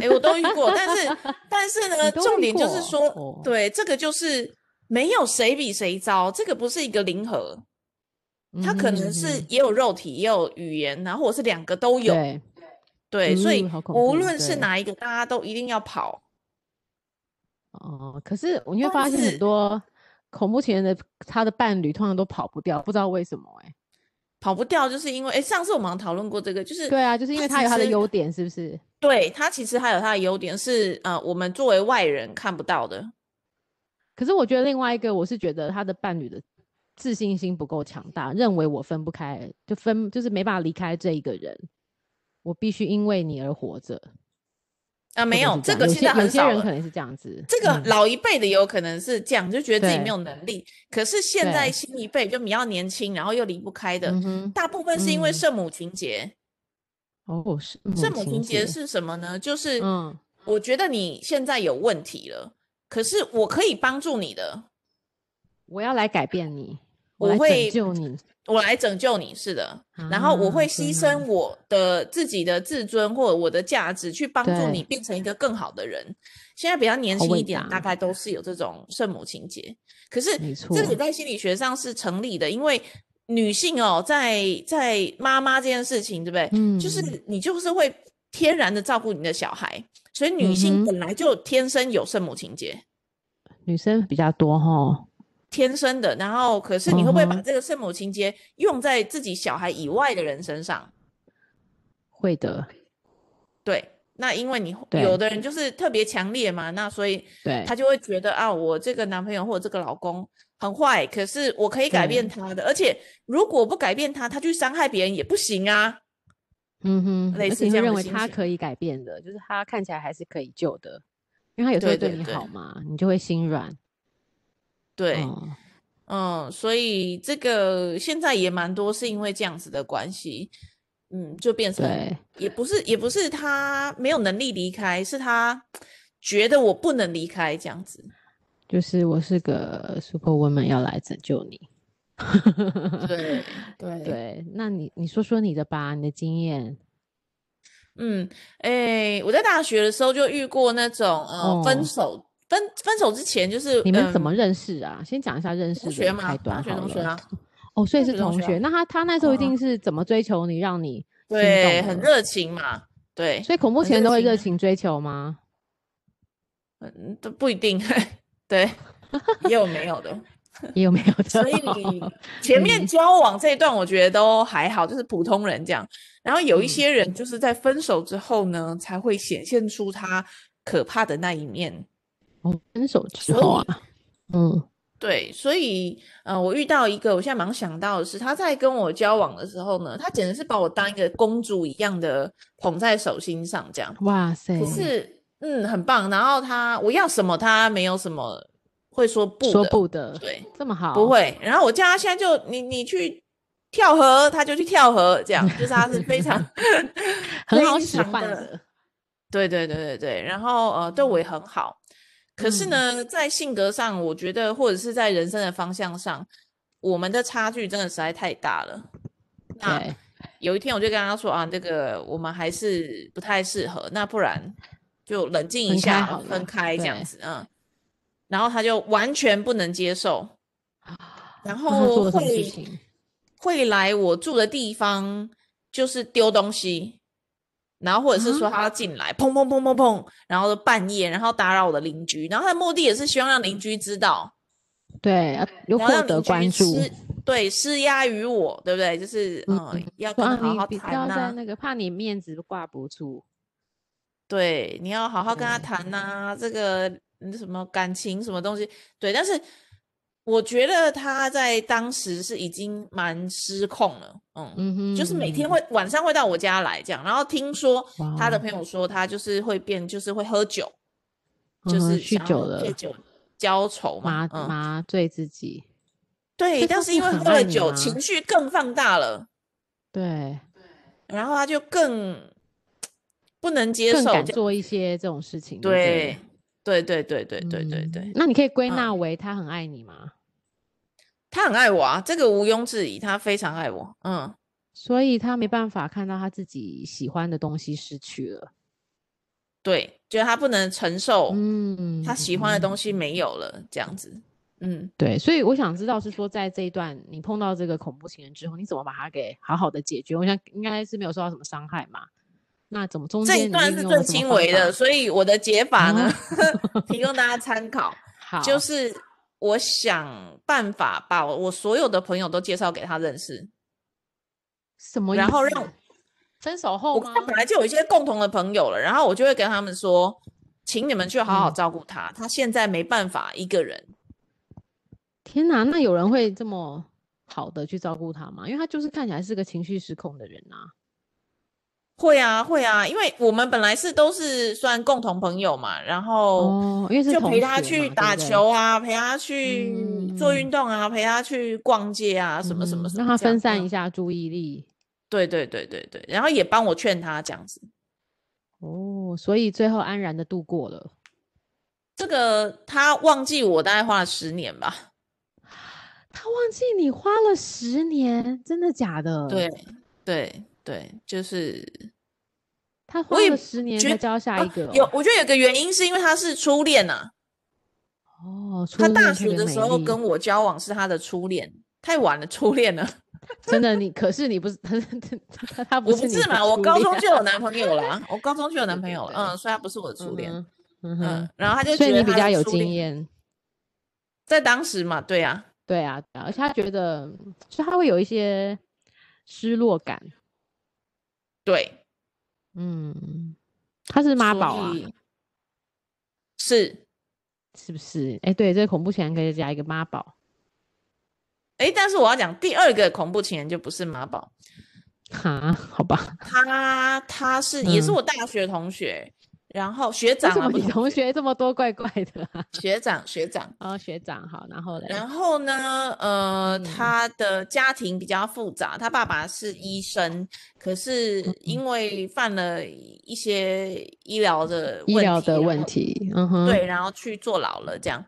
[SPEAKER 2] 诶，我都遇过，但 是，但是呢，
[SPEAKER 1] 都
[SPEAKER 2] 重
[SPEAKER 1] 遇
[SPEAKER 2] 点就是
[SPEAKER 1] 过
[SPEAKER 2] 说，
[SPEAKER 1] 哦
[SPEAKER 2] 对，这个就是没有谁比谁糟，这个不是一个零和，它可能是
[SPEAKER 1] 嗯
[SPEAKER 2] 也有肉体，也有语言，然后或者是两个都
[SPEAKER 1] 哼
[SPEAKER 2] 有。
[SPEAKER 1] 对
[SPEAKER 2] 对，所以
[SPEAKER 1] 嗯好恐
[SPEAKER 2] 无
[SPEAKER 1] 怖
[SPEAKER 2] 论是
[SPEAKER 1] 对
[SPEAKER 2] 哪一个，大家都一定要跑。
[SPEAKER 1] 哦。可是你会
[SPEAKER 2] 但
[SPEAKER 1] 发现
[SPEAKER 2] 是
[SPEAKER 1] 很多恐怖情人的他的伴侣通常都跑不掉，不知道为什么哎、
[SPEAKER 2] 跑不掉，就是因为哎，诶上次我们好像讨论过这个，就是
[SPEAKER 1] 对啊，就是因为他有他的
[SPEAKER 2] 其实
[SPEAKER 1] 优点，是不是？
[SPEAKER 2] 对它其实还有它的优点是，呃，我们作为外人看不到的。
[SPEAKER 1] 可是我觉得另外一个，我是觉得他的伴侣的自信心不够强大，认为我分不开，就分就是没办法离开这一个人，我必须因为你而活着。
[SPEAKER 2] 啊、没
[SPEAKER 1] 有
[SPEAKER 2] 有这个
[SPEAKER 1] 有
[SPEAKER 2] 现在
[SPEAKER 1] 些有
[SPEAKER 2] 很
[SPEAKER 1] 些
[SPEAKER 2] 少
[SPEAKER 1] 人可
[SPEAKER 2] 了。
[SPEAKER 1] 能是这样子。
[SPEAKER 2] 这个
[SPEAKER 1] 嗯
[SPEAKER 2] 老一辈的也有可能是这样，就觉得自己没
[SPEAKER 1] 对
[SPEAKER 2] 有能力。可是现在
[SPEAKER 1] 对
[SPEAKER 2] 新一辈就比较年轻，然后又离不开的，
[SPEAKER 1] 嗯哼，
[SPEAKER 2] 大部分是因为
[SPEAKER 1] 嗯
[SPEAKER 2] 圣母情节。
[SPEAKER 1] 哦，是
[SPEAKER 2] 圣母情节
[SPEAKER 1] 节，
[SPEAKER 2] 是什么呢？就是
[SPEAKER 1] 嗯，
[SPEAKER 2] 我觉得你现在有问题了，可是我可以帮助你的，
[SPEAKER 1] 我要来改变你，
[SPEAKER 2] 我
[SPEAKER 1] 来拯
[SPEAKER 2] 会
[SPEAKER 1] 救你，
[SPEAKER 2] 我来拯救你，是的。然后我
[SPEAKER 1] 啊
[SPEAKER 2] 会
[SPEAKER 1] 天
[SPEAKER 2] 牺
[SPEAKER 1] 哪
[SPEAKER 2] 牲我的自己的自尊或者我的价值，去帮助你
[SPEAKER 1] 对
[SPEAKER 2] 变成一个更好的人。现在比较年
[SPEAKER 1] 好
[SPEAKER 2] 轻一
[SPEAKER 1] 伟
[SPEAKER 2] 点，
[SPEAKER 1] 大
[SPEAKER 2] 大
[SPEAKER 1] 哦
[SPEAKER 2] 概都是有这种圣母情节。可是
[SPEAKER 1] 没
[SPEAKER 2] 这个
[SPEAKER 1] 错
[SPEAKER 2] 在心理学上是成立的，因为女性哦，在在妈妈这件事情，对不对？就是
[SPEAKER 1] 嗯
[SPEAKER 2] 你就是会天然的照顾你的小孩，所以女性
[SPEAKER 1] 嗯哼
[SPEAKER 2] 本来就天生有圣母情节。
[SPEAKER 1] 女生比较多哈。
[SPEAKER 2] 天生的，然后可是你会不会把
[SPEAKER 1] 嗯哼
[SPEAKER 2] 这个圣母情节用在自己小孩以外的人身上？
[SPEAKER 1] 会的，
[SPEAKER 2] 对，那因为你会
[SPEAKER 1] 对
[SPEAKER 2] 有的人就是特别强烈嘛，那所以
[SPEAKER 1] 对
[SPEAKER 2] 他就会觉得啊，我这个男朋友或者这个老公很坏，可是我可以改变他的，而且如果不改变他，他去伤害别人也不行啊。
[SPEAKER 1] 嗯哼，
[SPEAKER 2] 类
[SPEAKER 1] 而
[SPEAKER 2] 似
[SPEAKER 1] 且你
[SPEAKER 2] 这
[SPEAKER 1] 会
[SPEAKER 2] 样的
[SPEAKER 1] 认为
[SPEAKER 2] 心
[SPEAKER 1] 他
[SPEAKER 2] 情
[SPEAKER 1] 可以改变的，就是他看起来还是可以救的，因为他有时候
[SPEAKER 2] 对
[SPEAKER 1] 会对
[SPEAKER 2] 对
[SPEAKER 1] 你
[SPEAKER 2] 对
[SPEAKER 1] 好嘛，你就会心软。
[SPEAKER 2] 对，
[SPEAKER 1] 嗯
[SPEAKER 2] 嗯，所以这个现在也蛮多是因为这样子的关系，嗯，就变成
[SPEAKER 1] 对，
[SPEAKER 2] 也不是也不是他没有能力离开，是他觉得我不能离开这样 子。
[SPEAKER 1] 就是我是个 super woman，要来拯救你。
[SPEAKER 2] 对对
[SPEAKER 1] 对，那你你说说你的吧，你的经验。
[SPEAKER 2] 嗯，诶，我在大学的时候就遇过那种呃分
[SPEAKER 1] 哦
[SPEAKER 2] 手分分手之前就是
[SPEAKER 1] 你们怎么
[SPEAKER 2] 嗯
[SPEAKER 1] 认识啊？先讲一下认识
[SPEAKER 2] 同学
[SPEAKER 1] 的
[SPEAKER 2] 嘛，
[SPEAKER 1] 开
[SPEAKER 2] 大
[SPEAKER 1] 端
[SPEAKER 2] 学
[SPEAKER 1] 好
[SPEAKER 2] 同学
[SPEAKER 1] 了。
[SPEAKER 2] 啊，
[SPEAKER 1] 哦，所以
[SPEAKER 2] 大
[SPEAKER 1] 是
[SPEAKER 2] 学同
[SPEAKER 1] 同
[SPEAKER 2] 学啊
[SPEAKER 1] 学。那他他那时候一
[SPEAKER 2] 嗯嗯
[SPEAKER 1] 定是怎么追求你，让你心动
[SPEAKER 2] 对，很
[SPEAKER 1] 了
[SPEAKER 2] 热情嘛，对，
[SPEAKER 1] 所以恐怖
[SPEAKER 2] 很
[SPEAKER 1] 情人
[SPEAKER 2] 热
[SPEAKER 1] 都会
[SPEAKER 2] 情
[SPEAKER 1] 热
[SPEAKER 2] 啊
[SPEAKER 1] 情追求 吗？
[SPEAKER 2] 嗯，都不一定， 对，也有没有的，
[SPEAKER 1] 也有没有的？
[SPEAKER 2] 所以 前面
[SPEAKER 1] 嗯
[SPEAKER 2] 交往这一段我觉得都还好，就是普通人这样，然后有一
[SPEAKER 1] 嗯
[SPEAKER 2] 些人就是在分手之后呢，才会显现出他可怕的那一面。
[SPEAKER 1] 哦，分手之
[SPEAKER 2] 所
[SPEAKER 1] 后啊
[SPEAKER 2] 以，
[SPEAKER 1] 嗯，
[SPEAKER 2] 对，所以呃，我遇到一个，我现在蛮想到的是，他在跟我交往的时候呢，他简直是把我当一个公主一样的捧在手心上，这样。
[SPEAKER 1] 哇塞，
[SPEAKER 2] 可是，嗯，很棒。然后他我要什么，他没有什么会说不
[SPEAKER 1] 说
[SPEAKER 2] 的，
[SPEAKER 1] 不得，
[SPEAKER 2] 对，
[SPEAKER 1] 这么好，
[SPEAKER 2] 不会。然后我叫他现在就你你去跳河，他就去跳河，这样就是他是非常
[SPEAKER 1] 很好
[SPEAKER 2] 非
[SPEAKER 1] 使
[SPEAKER 2] 常
[SPEAKER 1] 唤
[SPEAKER 2] 的
[SPEAKER 1] 的，
[SPEAKER 2] 对对对对对，然后呃，对我也很好。可是
[SPEAKER 1] 嗯
[SPEAKER 2] 呢，在性格上，我觉得或者是在人生的方向上，我们的差距真的实在太大了。那
[SPEAKER 1] 对，
[SPEAKER 2] 有一天我就跟他说啊，这个我们还是不太适合，那不然就冷静一
[SPEAKER 1] 分开
[SPEAKER 2] 下，
[SPEAKER 1] 好
[SPEAKER 2] 分
[SPEAKER 1] 了
[SPEAKER 2] 开这样
[SPEAKER 1] 对
[SPEAKER 2] 子，嗯。然后他就完全不能接受，然
[SPEAKER 1] 啊那他做
[SPEAKER 2] 后
[SPEAKER 1] 了什么事
[SPEAKER 2] 会
[SPEAKER 1] 情？
[SPEAKER 2] 会来我住的地方，就是丢东西，然后或
[SPEAKER 1] 啊
[SPEAKER 2] 者是说他要进来，砰砰砰砰砰，然后半夜，然后打扰我的邻居，然后他的目的也是希望让邻居知道，
[SPEAKER 1] 对，啊又
[SPEAKER 2] 然后
[SPEAKER 1] 获
[SPEAKER 2] 让
[SPEAKER 1] 得
[SPEAKER 2] 邻
[SPEAKER 1] 关
[SPEAKER 2] 居
[SPEAKER 1] 注，
[SPEAKER 2] 施对施压于我，对不对？就是嗯、呃要
[SPEAKER 1] 说
[SPEAKER 2] 跟
[SPEAKER 1] 啊
[SPEAKER 2] 他好
[SPEAKER 1] 你
[SPEAKER 2] 好
[SPEAKER 1] 比不
[SPEAKER 2] 谈
[SPEAKER 1] 要
[SPEAKER 2] 呐、
[SPEAKER 1] 在那个，怕你面子挂不住，
[SPEAKER 2] 对，你要好好跟他
[SPEAKER 1] 对
[SPEAKER 2] 谈呐、这个嗯什么感情什么东西，对，但是我觉得他在当时是已经蛮失控了，嗯，
[SPEAKER 1] 嗯哼，
[SPEAKER 2] 就是每天
[SPEAKER 1] 嗯
[SPEAKER 2] 会晚上会到我家来这样，然后听说
[SPEAKER 1] 哇
[SPEAKER 2] 他的
[SPEAKER 1] 哦
[SPEAKER 2] 朋友说他就是会变，就是会喝酒，
[SPEAKER 1] 嗯
[SPEAKER 2] 就
[SPEAKER 1] 哼
[SPEAKER 2] 是
[SPEAKER 1] 酗
[SPEAKER 2] 想要
[SPEAKER 1] 酒
[SPEAKER 2] 借
[SPEAKER 1] 了，
[SPEAKER 2] 酒浇愁
[SPEAKER 1] 麻
[SPEAKER 2] 嘛，嗯，
[SPEAKER 1] 麻醉自己，所
[SPEAKER 2] 对，
[SPEAKER 1] 以
[SPEAKER 2] 但
[SPEAKER 1] 他
[SPEAKER 2] 是
[SPEAKER 1] 是
[SPEAKER 2] 因为
[SPEAKER 1] 很
[SPEAKER 2] 喝
[SPEAKER 1] 爱
[SPEAKER 2] 了
[SPEAKER 1] 你
[SPEAKER 2] 酒，
[SPEAKER 1] 吗
[SPEAKER 2] 情绪更放大了，
[SPEAKER 1] 对，
[SPEAKER 2] 然后他就更不能接
[SPEAKER 1] 更
[SPEAKER 2] 受
[SPEAKER 1] 敢
[SPEAKER 2] 这样，
[SPEAKER 1] 做一些这种事情，就
[SPEAKER 2] 对
[SPEAKER 1] 对，
[SPEAKER 2] 对对对对
[SPEAKER 1] 了，
[SPEAKER 2] 对对对。
[SPEAKER 1] 嗯那你可以归
[SPEAKER 2] 嗯
[SPEAKER 1] 纳为他很爱你吗？
[SPEAKER 2] 他很爱我啊，这个毋庸置疑，他非常爱我。嗯，
[SPEAKER 1] 所以他没办法看到他自己喜欢的东西失去了，
[SPEAKER 2] 对，就是他不能承受
[SPEAKER 1] 嗯，
[SPEAKER 2] 他喜欢的
[SPEAKER 1] 西。
[SPEAKER 2] 东西没有了，这样子。嗯，
[SPEAKER 1] 对，所以我想知道是说，在这一段你碰到这个恐怖情人之后，你怎么把它给好好的解决？我想应该是没有受到什么伤害嘛。那怎么中
[SPEAKER 2] 这
[SPEAKER 1] 间
[SPEAKER 2] 一
[SPEAKER 1] 你
[SPEAKER 2] 段
[SPEAKER 1] 运
[SPEAKER 2] 是
[SPEAKER 1] 用了
[SPEAKER 2] 更
[SPEAKER 1] 什么
[SPEAKER 2] 轻
[SPEAKER 1] 方
[SPEAKER 2] 微的，
[SPEAKER 1] 法，哦
[SPEAKER 2] 所以我的解法呢， 提供大家参考，就
[SPEAKER 1] 好
[SPEAKER 2] 是我想办法把我所有的朋友都介绍给他认识。
[SPEAKER 1] 什么意思？
[SPEAKER 2] 然后让
[SPEAKER 1] 分手
[SPEAKER 2] 我
[SPEAKER 1] 后
[SPEAKER 2] 跟
[SPEAKER 1] 哦吗
[SPEAKER 2] 他？本来就有一些共同的朋友了，然后我就会跟他们说，请你们去好好
[SPEAKER 1] 嗯
[SPEAKER 2] 照顾他，他现在没办法一个人。
[SPEAKER 1] 天哪，那有人会这么好的去照顾他吗？因为他就是看起来是个情绪失控的人啊。
[SPEAKER 2] 会啊，会啊，因为我们本来是都是算共同朋友嘛，然后
[SPEAKER 1] 哦，因为是
[SPEAKER 2] 就
[SPEAKER 1] 同
[SPEAKER 2] 陪他
[SPEAKER 1] 学
[SPEAKER 2] 去
[SPEAKER 1] 嘛
[SPEAKER 2] 打，球啊，陪他去
[SPEAKER 1] 嗯
[SPEAKER 2] 做
[SPEAKER 1] 嗯
[SPEAKER 2] 运动啊，陪他去逛街啊，
[SPEAKER 1] 对不对
[SPEAKER 2] 什么什么
[SPEAKER 1] 嗯
[SPEAKER 2] 什么，
[SPEAKER 1] 让他分散一
[SPEAKER 2] 下。
[SPEAKER 1] 下注意力。
[SPEAKER 2] 对对对对对，然后也帮我劝他这样子。
[SPEAKER 1] 哦，所以最后安然的度过了。
[SPEAKER 2] 这个他忘记我大概花了十年吧，
[SPEAKER 1] 他忘记你花了十年，真的假的？
[SPEAKER 2] 对对对，就是
[SPEAKER 1] 他
[SPEAKER 2] 我
[SPEAKER 1] 花
[SPEAKER 2] 也
[SPEAKER 1] 了十年
[SPEAKER 2] 觉
[SPEAKER 1] 才
[SPEAKER 2] 得
[SPEAKER 1] 交下
[SPEAKER 2] 啊
[SPEAKER 1] 一个、哦
[SPEAKER 2] 有，我觉得有个原因是因为他是初恋呐、
[SPEAKER 1] 哦，
[SPEAKER 2] 他
[SPEAKER 1] 初
[SPEAKER 2] 大
[SPEAKER 1] 恋特
[SPEAKER 2] 学
[SPEAKER 1] 别
[SPEAKER 2] 的
[SPEAKER 1] 美
[SPEAKER 2] 时候
[SPEAKER 1] 丽
[SPEAKER 2] 跟我交往是他的初恋，太晚了，初 恋了。
[SPEAKER 1] 真的你，可是你不是 他他他
[SPEAKER 2] 我
[SPEAKER 1] 是
[SPEAKER 2] 不
[SPEAKER 1] 你
[SPEAKER 2] 是
[SPEAKER 1] 的
[SPEAKER 2] 嘛，我
[SPEAKER 1] 初
[SPEAKER 2] 高
[SPEAKER 1] 恋嗯啊
[SPEAKER 2] 中就有男朋友啦，我高中就有 男
[SPEAKER 1] 对
[SPEAKER 2] 朋
[SPEAKER 1] 对
[SPEAKER 2] 友了，
[SPEAKER 1] 对
[SPEAKER 2] 嗯，所以他不是我的初恋，
[SPEAKER 1] 嗯哼嗯
[SPEAKER 2] 嗯
[SPEAKER 1] 哼，，
[SPEAKER 2] 然后他就
[SPEAKER 1] 所
[SPEAKER 2] 觉
[SPEAKER 1] 以
[SPEAKER 2] 得
[SPEAKER 1] 你比
[SPEAKER 2] 他
[SPEAKER 1] 较
[SPEAKER 2] 是
[SPEAKER 1] 有
[SPEAKER 2] 初恋
[SPEAKER 1] 经，验，
[SPEAKER 2] 在当时嘛，对啊，
[SPEAKER 1] 对啊，对啊而且他觉得，所以他会有一些失落感，
[SPEAKER 2] 对，
[SPEAKER 1] 嗯，他是妈
[SPEAKER 2] 所
[SPEAKER 1] 宝啊，
[SPEAKER 2] 以是，
[SPEAKER 1] 是不是？哎，对，这个恐怖情人可以加一个妈宝，
[SPEAKER 2] 诶，但是我要讲第二个恐怖情人就不是妈宝，
[SPEAKER 1] 哈，好吧？
[SPEAKER 2] 他他是也是
[SPEAKER 1] 嗯
[SPEAKER 2] 我大学同学，然后学
[SPEAKER 1] 为
[SPEAKER 2] 长
[SPEAKER 1] 什
[SPEAKER 2] 啊，
[SPEAKER 1] 么
[SPEAKER 2] 不
[SPEAKER 1] 你
[SPEAKER 2] 是
[SPEAKER 1] 同
[SPEAKER 2] 同学，
[SPEAKER 1] 学这么多怪怪的、啊？
[SPEAKER 2] 学长学长，
[SPEAKER 1] 哦，学长好，然后嘞，
[SPEAKER 2] 然后呢，呃，
[SPEAKER 1] 嗯
[SPEAKER 2] 他的家庭比较复杂，他爸爸是医生，可是
[SPEAKER 1] 嗯
[SPEAKER 2] 因为犯了一些医疗的
[SPEAKER 1] 医
[SPEAKER 2] 问
[SPEAKER 1] 疗
[SPEAKER 2] 题，
[SPEAKER 1] 的
[SPEAKER 2] 然
[SPEAKER 1] 问
[SPEAKER 2] 后
[SPEAKER 1] 题，嗯哼，
[SPEAKER 2] 对，然后去坐牢了这样，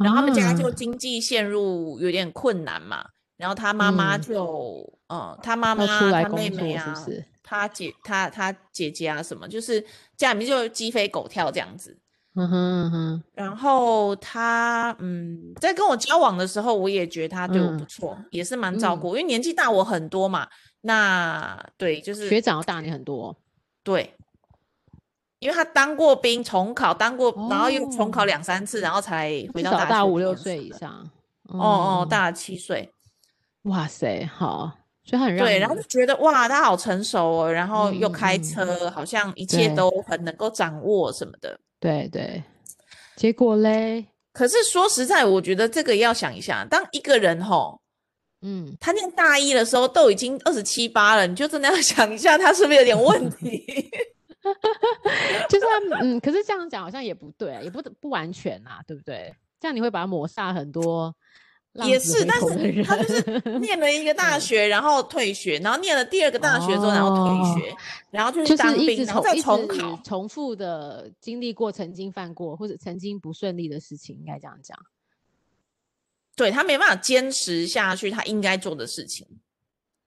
[SPEAKER 2] 然后他们家就
[SPEAKER 1] 啊
[SPEAKER 2] 经济陷入有点困难嘛，然后他妈妈
[SPEAKER 1] 嗯
[SPEAKER 2] 就，呃，他妈
[SPEAKER 1] 要出
[SPEAKER 2] 妈、
[SPEAKER 1] 来
[SPEAKER 2] 他妹
[SPEAKER 1] 工
[SPEAKER 2] 妹
[SPEAKER 1] 作，是不
[SPEAKER 2] 啊，
[SPEAKER 1] 是？
[SPEAKER 2] 他姐、他他姐姐啊什么，就是家里面就鸡飞狗跳这样子。
[SPEAKER 1] 嗯哼嗯哼，
[SPEAKER 2] 然后他嗯，在跟我交往的时候，我也觉得他对我不
[SPEAKER 1] 嗯
[SPEAKER 2] 错，也是蛮照
[SPEAKER 1] 嗯
[SPEAKER 2] 顾，因为年纪大我很多嘛。那对，就是
[SPEAKER 1] 学长要大你很多
[SPEAKER 2] 对，因为他当过兵，重考当过，然后又重考
[SPEAKER 1] 哦
[SPEAKER 2] 两三次，然后才
[SPEAKER 1] 至
[SPEAKER 2] 回到
[SPEAKER 1] 少
[SPEAKER 2] 大学
[SPEAKER 1] 大
[SPEAKER 2] 去
[SPEAKER 1] 五六
[SPEAKER 2] 念书
[SPEAKER 1] 岁以
[SPEAKER 2] 的。
[SPEAKER 1] 上。
[SPEAKER 2] 哦哦，
[SPEAKER 1] 嗯，
[SPEAKER 2] 大了七岁，
[SPEAKER 1] 哇塞，好，所以他很让
[SPEAKER 2] 对，
[SPEAKER 1] 你，
[SPEAKER 2] 然后就觉得哇，他好成熟哦，然后又
[SPEAKER 1] 嗯
[SPEAKER 2] 开
[SPEAKER 1] 嗯嗯，
[SPEAKER 2] 车，好像一切
[SPEAKER 1] 对
[SPEAKER 2] 都很能够掌握什么的。
[SPEAKER 1] 对对。结果嘞，
[SPEAKER 2] 可是说实在，我觉得这个要想一下，当一个人吼，
[SPEAKER 1] 嗯，
[SPEAKER 2] 他念大一的时候都已经二十七八了，你就真的要 想一下，他是不是有点问题？
[SPEAKER 1] 就是他，嗯，可是这样讲好像也不对啊，也不不完全啊，对不对？这样你会把他抹煞很多浪
[SPEAKER 2] 也
[SPEAKER 1] 子
[SPEAKER 2] 是，
[SPEAKER 1] 回
[SPEAKER 2] 但
[SPEAKER 1] 头的
[SPEAKER 2] 是
[SPEAKER 1] 人。
[SPEAKER 2] 他就是念了一个大学，然后退学，然后念了第二个大学之后，然后
[SPEAKER 1] 哦
[SPEAKER 2] 退学，然后就
[SPEAKER 1] 就
[SPEAKER 2] 去
[SPEAKER 1] 是
[SPEAKER 2] 当
[SPEAKER 1] 一
[SPEAKER 2] 兵，
[SPEAKER 1] 直
[SPEAKER 2] 然后
[SPEAKER 1] 重
[SPEAKER 2] 再
[SPEAKER 1] 一
[SPEAKER 2] 重
[SPEAKER 1] 直
[SPEAKER 2] 考。
[SPEAKER 1] 重复的经历过曾经犯过或者曾经不顺利的事情，应该这样讲。
[SPEAKER 2] 对他没办法坚持下去，他应该做的事情。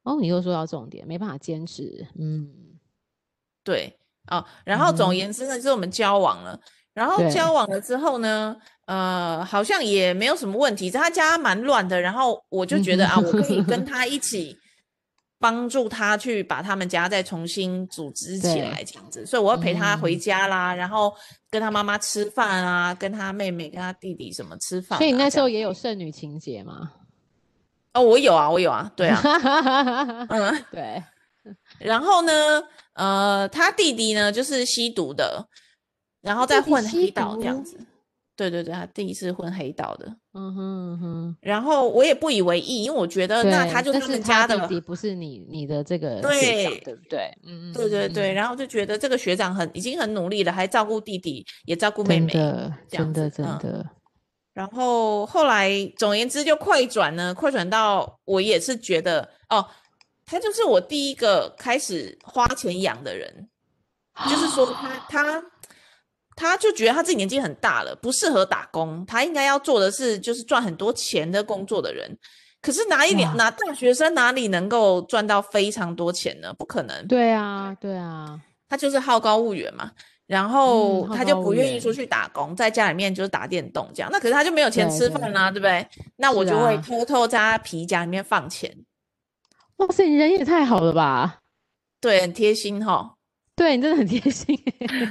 [SPEAKER 1] 哦，你又说到重点，没办法坚持。嗯，
[SPEAKER 2] 对啊、然后总而
[SPEAKER 1] 嗯
[SPEAKER 2] 言之呢，就是我们交往了，然后
[SPEAKER 1] 对，
[SPEAKER 2] 交往了之后呢，呃，好像也没有什么问题，他家蛮乱的，然后我就
[SPEAKER 1] 嗯
[SPEAKER 2] 觉得啊，我可以
[SPEAKER 1] 哼，
[SPEAKER 2] 跟他 一起帮助他去把他们家再重新组织起
[SPEAKER 1] 对，
[SPEAKER 2] 来，这样子，所以我要陪他回
[SPEAKER 1] 嗯，
[SPEAKER 2] 家啦，然后跟他妈妈吃饭啊，跟他妹妹、跟他弟弟什么吃饭
[SPEAKER 1] 所以你
[SPEAKER 2] 啊，
[SPEAKER 1] 那
[SPEAKER 2] 这
[SPEAKER 1] 时候
[SPEAKER 2] 样。
[SPEAKER 1] 也有剩女情节嘛？
[SPEAKER 2] 哦，我有啊，我有 啊，对啊， 嗯。
[SPEAKER 1] 对，
[SPEAKER 2] 然后呢，呃，他弟弟呢就是吸毒的，然后
[SPEAKER 1] 他
[SPEAKER 2] 再
[SPEAKER 1] 弟弟
[SPEAKER 2] 混
[SPEAKER 1] 吸
[SPEAKER 2] 黑道这样
[SPEAKER 1] 毒，
[SPEAKER 2] 子。对对对，他第一次混黑道的。
[SPEAKER 1] 嗯哼嗯哼，
[SPEAKER 2] 然后我也不以为意，因为我觉得呃那
[SPEAKER 1] 对
[SPEAKER 2] 他就
[SPEAKER 1] 但
[SPEAKER 2] 他
[SPEAKER 1] 是
[SPEAKER 2] 们家的
[SPEAKER 1] 弟弟不是你你的这个学长
[SPEAKER 2] 对
[SPEAKER 1] 对不对？嗯，嗯
[SPEAKER 2] 对对对，，
[SPEAKER 1] 嗯
[SPEAKER 2] 然后就觉得这个学长很已经很努力了，还照顾弟弟，也照顾
[SPEAKER 1] 嗯
[SPEAKER 2] 妹
[SPEAKER 1] 真
[SPEAKER 2] 妹。
[SPEAKER 1] 的
[SPEAKER 2] 这样
[SPEAKER 1] 真的
[SPEAKER 2] 子
[SPEAKER 1] 真
[SPEAKER 2] 嗯
[SPEAKER 1] 的，
[SPEAKER 2] 然后后来，总而言之，就快转呢，快转到我也是觉得哦，他就是我第一个开始花钱养的人，就是说他他他就觉得他自己年纪很大了，不适合打工，他应该要做的是就是赚很多钱的工作的人。可是哪一
[SPEAKER 1] 哇
[SPEAKER 2] 年哪大学生哪里能够赚到非常多钱呢？不可能。
[SPEAKER 1] 对啊对啊，
[SPEAKER 2] 他就是好高骛远嘛，然后
[SPEAKER 1] 嗯好
[SPEAKER 2] 他就
[SPEAKER 1] 高骛
[SPEAKER 2] 不愿意
[SPEAKER 1] 远
[SPEAKER 2] 出去打工，在家里面就是打电动这样。那可是他就没有钱
[SPEAKER 1] 对
[SPEAKER 2] 吃
[SPEAKER 1] 对
[SPEAKER 2] 饭啊啦、对不对？那我
[SPEAKER 1] 是
[SPEAKER 2] 就会
[SPEAKER 1] 啊
[SPEAKER 2] 偷偷在他皮夹里面放钱，
[SPEAKER 1] 哇塞，你人也太好了吧？
[SPEAKER 2] 对，很贴心哈。
[SPEAKER 1] 对你真的很贴 心欸，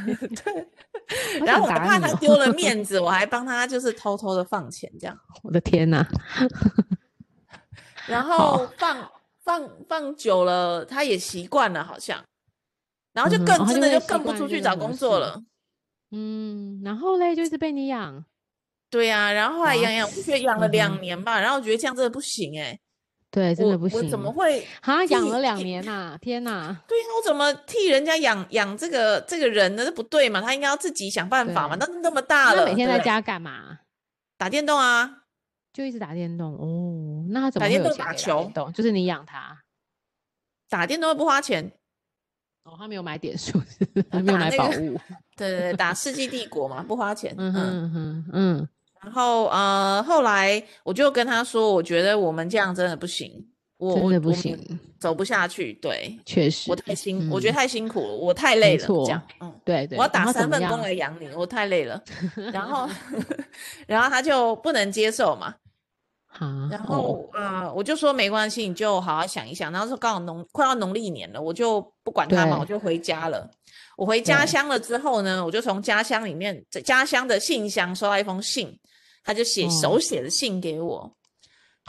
[SPEAKER 1] 我
[SPEAKER 2] 然
[SPEAKER 1] 想
[SPEAKER 2] 后我
[SPEAKER 1] 打
[SPEAKER 2] 怕
[SPEAKER 1] 你
[SPEAKER 2] 他
[SPEAKER 1] 哦
[SPEAKER 2] 丢了面子，我还帮他就是偷偷的放钱这样，
[SPEAKER 1] 我的天哪！
[SPEAKER 2] 然
[SPEAKER 1] 好
[SPEAKER 2] 后放放放久了，他也习惯了好像，然后就
[SPEAKER 1] 嗯哼
[SPEAKER 2] 更、
[SPEAKER 1] 哦他
[SPEAKER 2] 真
[SPEAKER 1] 就
[SPEAKER 2] 的
[SPEAKER 1] 会
[SPEAKER 2] 就
[SPEAKER 1] 习
[SPEAKER 2] 更不
[SPEAKER 1] 惯
[SPEAKER 2] 出
[SPEAKER 1] 这
[SPEAKER 2] 去
[SPEAKER 1] 个
[SPEAKER 2] 找
[SPEAKER 1] 模
[SPEAKER 2] 工作
[SPEAKER 1] 式
[SPEAKER 2] 了。
[SPEAKER 1] 嗯，然后嘞，就一直被你养，
[SPEAKER 2] 对呀、然后后来
[SPEAKER 1] 哇
[SPEAKER 2] 养养，我就觉得养了
[SPEAKER 1] 嗯
[SPEAKER 2] 两
[SPEAKER 1] 哼
[SPEAKER 2] 年吧，然后我觉得这样真的不行哎、
[SPEAKER 1] 对，真
[SPEAKER 2] 我
[SPEAKER 1] 的不行。
[SPEAKER 2] 我怎么会
[SPEAKER 1] 啊？
[SPEAKER 2] 自
[SPEAKER 1] 养
[SPEAKER 2] 己
[SPEAKER 1] 了两
[SPEAKER 2] 一
[SPEAKER 1] 年呐、天哪！
[SPEAKER 2] 对呀、啊我怎么替人家养养这个这个人呢？这不对嘛，他应该要自己想办法嘛。那那么大
[SPEAKER 1] 那
[SPEAKER 2] 了，
[SPEAKER 1] 每天
[SPEAKER 2] 对
[SPEAKER 1] 在
[SPEAKER 2] 不对
[SPEAKER 1] 家干嘛？
[SPEAKER 2] 打电动啊，
[SPEAKER 1] 就一直打电动哦。那他怎
[SPEAKER 2] 打
[SPEAKER 1] 么会
[SPEAKER 2] 电
[SPEAKER 1] 有
[SPEAKER 2] 动
[SPEAKER 1] 钱可
[SPEAKER 2] 打
[SPEAKER 1] 以打
[SPEAKER 2] 球
[SPEAKER 1] 电动？就是你养他
[SPEAKER 2] 打电动又不花钱。
[SPEAKER 1] 哦，他没有买点数，他没有
[SPEAKER 2] 打
[SPEAKER 1] 买
[SPEAKER 2] 那
[SPEAKER 1] 宝
[SPEAKER 2] 个
[SPEAKER 1] 物。
[SPEAKER 2] 对对对，打《世纪帝国》嘛，不花钱。
[SPEAKER 1] 嗯哼嗯哼嗯，
[SPEAKER 2] 然后呃，后来我就跟他说，我觉得我们这样真的不行，我
[SPEAKER 1] 真
[SPEAKER 2] 我
[SPEAKER 1] 的不
[SPEAKER 2] 我们
[SPEAKER 1] 行，
[SPEAKER 2] 走不下去。对
[SPEAKER 1] 确实
[SPEAKER 2] 我。太辛，我
[SPEAKER 1] 嗯
[SPEAKER 2] 觉得太辛苦了，我太
[SPEAKER 1] 没
[SPEAKER 2] 累了。这样，嗯。
[SPEAKER 1] 对对，
[SPEAKER 2] 我要
[SPEAKER 1] 然
[SPEAKER 2] 打
[SPEAKER 1] 后怎
[SPEAKER 2] 三
[SPEAKER 1] 么
[SPEAKER 2] 份工
[SPEAKER 1] 样
[SPEAKER 2] 来养你，我太累 了。然后， 然后他就不能接受嘛。
[SPEAKER 1] 啊
[SPEAKER 2] 然
[SPEAKER 1] 哦
[SPEAKER 2] 后呃，我就说没关系，你就好好想一想。然后说刚好农快要农历年了，我就不管他嘛，我
[SPEAKER 1] 对
[SPEAKER 2] 就回家了。我回家
[SPEAKER 1] 对
[SPEAKER 2] 乡了之后呢，我就从家乡里面在家乡的信箱收到一封信，他就写、手
[SPEAKER 1] 哦
[SPEAKER 2] 写的信给我，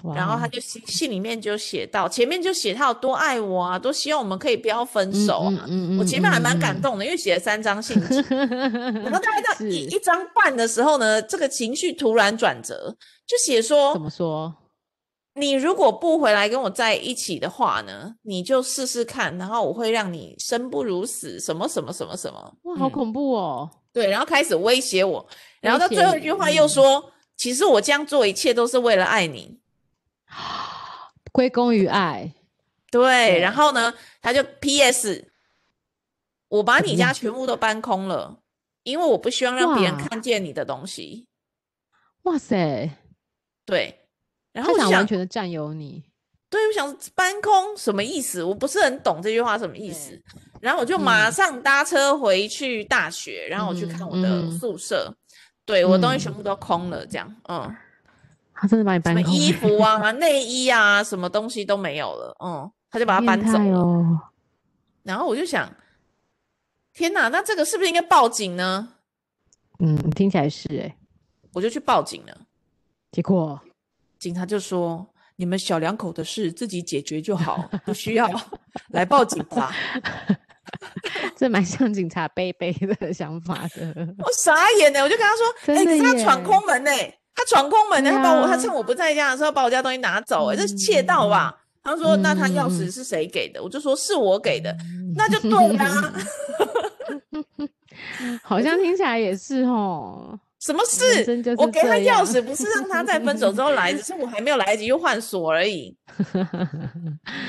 [SPEAKER 1] 哇
[SPEAKER 2] 然后他
[SPEAKER 1] 哦
[SPEAKER 2] 就信信里面就写到前面就写他有多爱我啊，多希望我们可以不要分
[SPEAKER 1] 嗯
[SPEAKER 2] 手啊。
[SPEAKER 1] 嗯嗯
[SPEAKER 2] 我
[SPEAKER 1] 嗯
[SPEAKER 2] 前面还蛮
[SPEAKER 1] 嗯
[SPEAKER 2] 感
[SPEAKER 1] 嗯
[SPEAKER 2] 动的，因为写了三张信纸。然后大概到 一
[SPEAKER 1] 是
[SPEAKER 2] 一张半的时候呢，这个情绪突然转折，就写说
[SPEAKER 1] 怎么说？
[SPEAKER 2] 你如果不回来跟我在一起的话呢，你就试试看，然后我会让你生不如死，什么什么什么什么。
[SPEAKER 1] 哇，好
[SPEAKER 2] 嗯
[SPEAKER 1] 恐怖哦！
[SPEAKER 2] 对，然后开始威胁我，然后
[SPEAKER 1] 威
[SPEAKER 2] 到最
[SPEAKER 1] 胁
[SPEAKER 2] 后一
[SPEAKER 1] 你
[SPEAKER 2] 句话又
[SPEAKER 1] 嗯
[SPEAKER 2] 说，其实我这样做一切都是为了爱你。
[SPEAKER 1] 归功于爱，
[SPEAKER 2] 对，然
[SPEAKER 1] 对
[SPEAKER 2] 后呢，他就 P.S. 我把
[SPEAKER 1] 怎
[SPEAKER 2] 你
[SPEAKER 1] 么
[SPEAKER 2] 家
[SPEAKER 1] 样
[SPEAKER 2] 全部都搬空了，因为我不希望让别人
[SPEAKER 1] 哇
[SPEAKER 2] 看见你的东西。
[SPEAKER 1] 哇塞，
[SPEAKER 2] 对，然
[SPEAKER 1] 他
[SPEAKER 2] 后我就
[SPEAKER 1] 想
[SPEAKER 2] 想
[SPEAKER 1] 完，全的占有你，
[SPEAKER 2] 对，我想搬空什么意思？我不是很懂这句话什么意思。然后我就马
[SPEAKER 1] 嗯
[SPEAKER 2] 上搭车回去大学，然后我去看
[SPEAKER 1] 嗯
[SPEAKER 2] 我的
[SPEAKER 1] 嗯
[SPEAKER 2] 宿舍，对我的东西全
[SPEAKER 1] 嗯
[SPEAKER 2] 部都空了，这样，嗯，
[SPEAKER 1] 他真的把你
[SPEAKER 2] 什
[SPEAKER 1] 搬
[SPEAKER 2] 么
[SPEAKER 1] 空
[SPEAKER 2] 衣
[SPEAKER 1] 欸，
[SPEAKER 2] 服啊、内衣啊，什么东西都没有了，嗯，他就把它
[SPEAKER 1] 变
[SPEAKER 2] 搬走
[SPEAKER 1] 态
[SPEAKER 2] 了。
[SPEAKER 1] 哦！
[SPEAKER 2] 然后我就想，天哪，那这个是不是应该报警呢？
[SPEAKER 1] 嗯，听起来是哎，
[SPEAKER 2] 我就去报警了，
[SPEAKER 1] 结果
[SPEAKER 2] 警察就说。你们小两口的事自己解决就好，不 需要来报警吧。
[SPEAKER 1] 这蛮像警察贝贝的想法的，
[SPEAKER 2] 我傻眼呢、我就跟他说，
[SPEAKER 1] 真
[SPEAKER 2] 哎、可
[SPEAKER 1] 的
[SPEAKER 2] 是他闯
[SPEAKER 1] 耶
[SPEAKER 2] 空门呢、他闯空门呢、
[SPEAKER 1] 对
[SPEAKER 2] 他把我，他
[SPEAKER 1] 啊嗯
[SPEAKER 2] 趁我不在家的时候把我家东西拿走、欸，哎，这是窃盗吧？他说，那他钥
[SPEAKER 1] 嗯嗯嗯
[SPEAKER 2] 匙是谁给的？我就说是我给的，那就对啦、
[SPEAKER 1] 好像听起来也是 哦。
[SPEAKER 2] 什么
[SPEAKER 1] 人
[SPEAKER 2] 事？
[SPEAKER 1] 生就
[SPEAKER 2] 我
[SPEAKER 1] 是
[SPEAKER 2] 给他
[SPEAKER 1] 这样
[SPEAKER 2] 钥匙，不是让他在分手之后来，只是我还没有来得及去换锁而 已。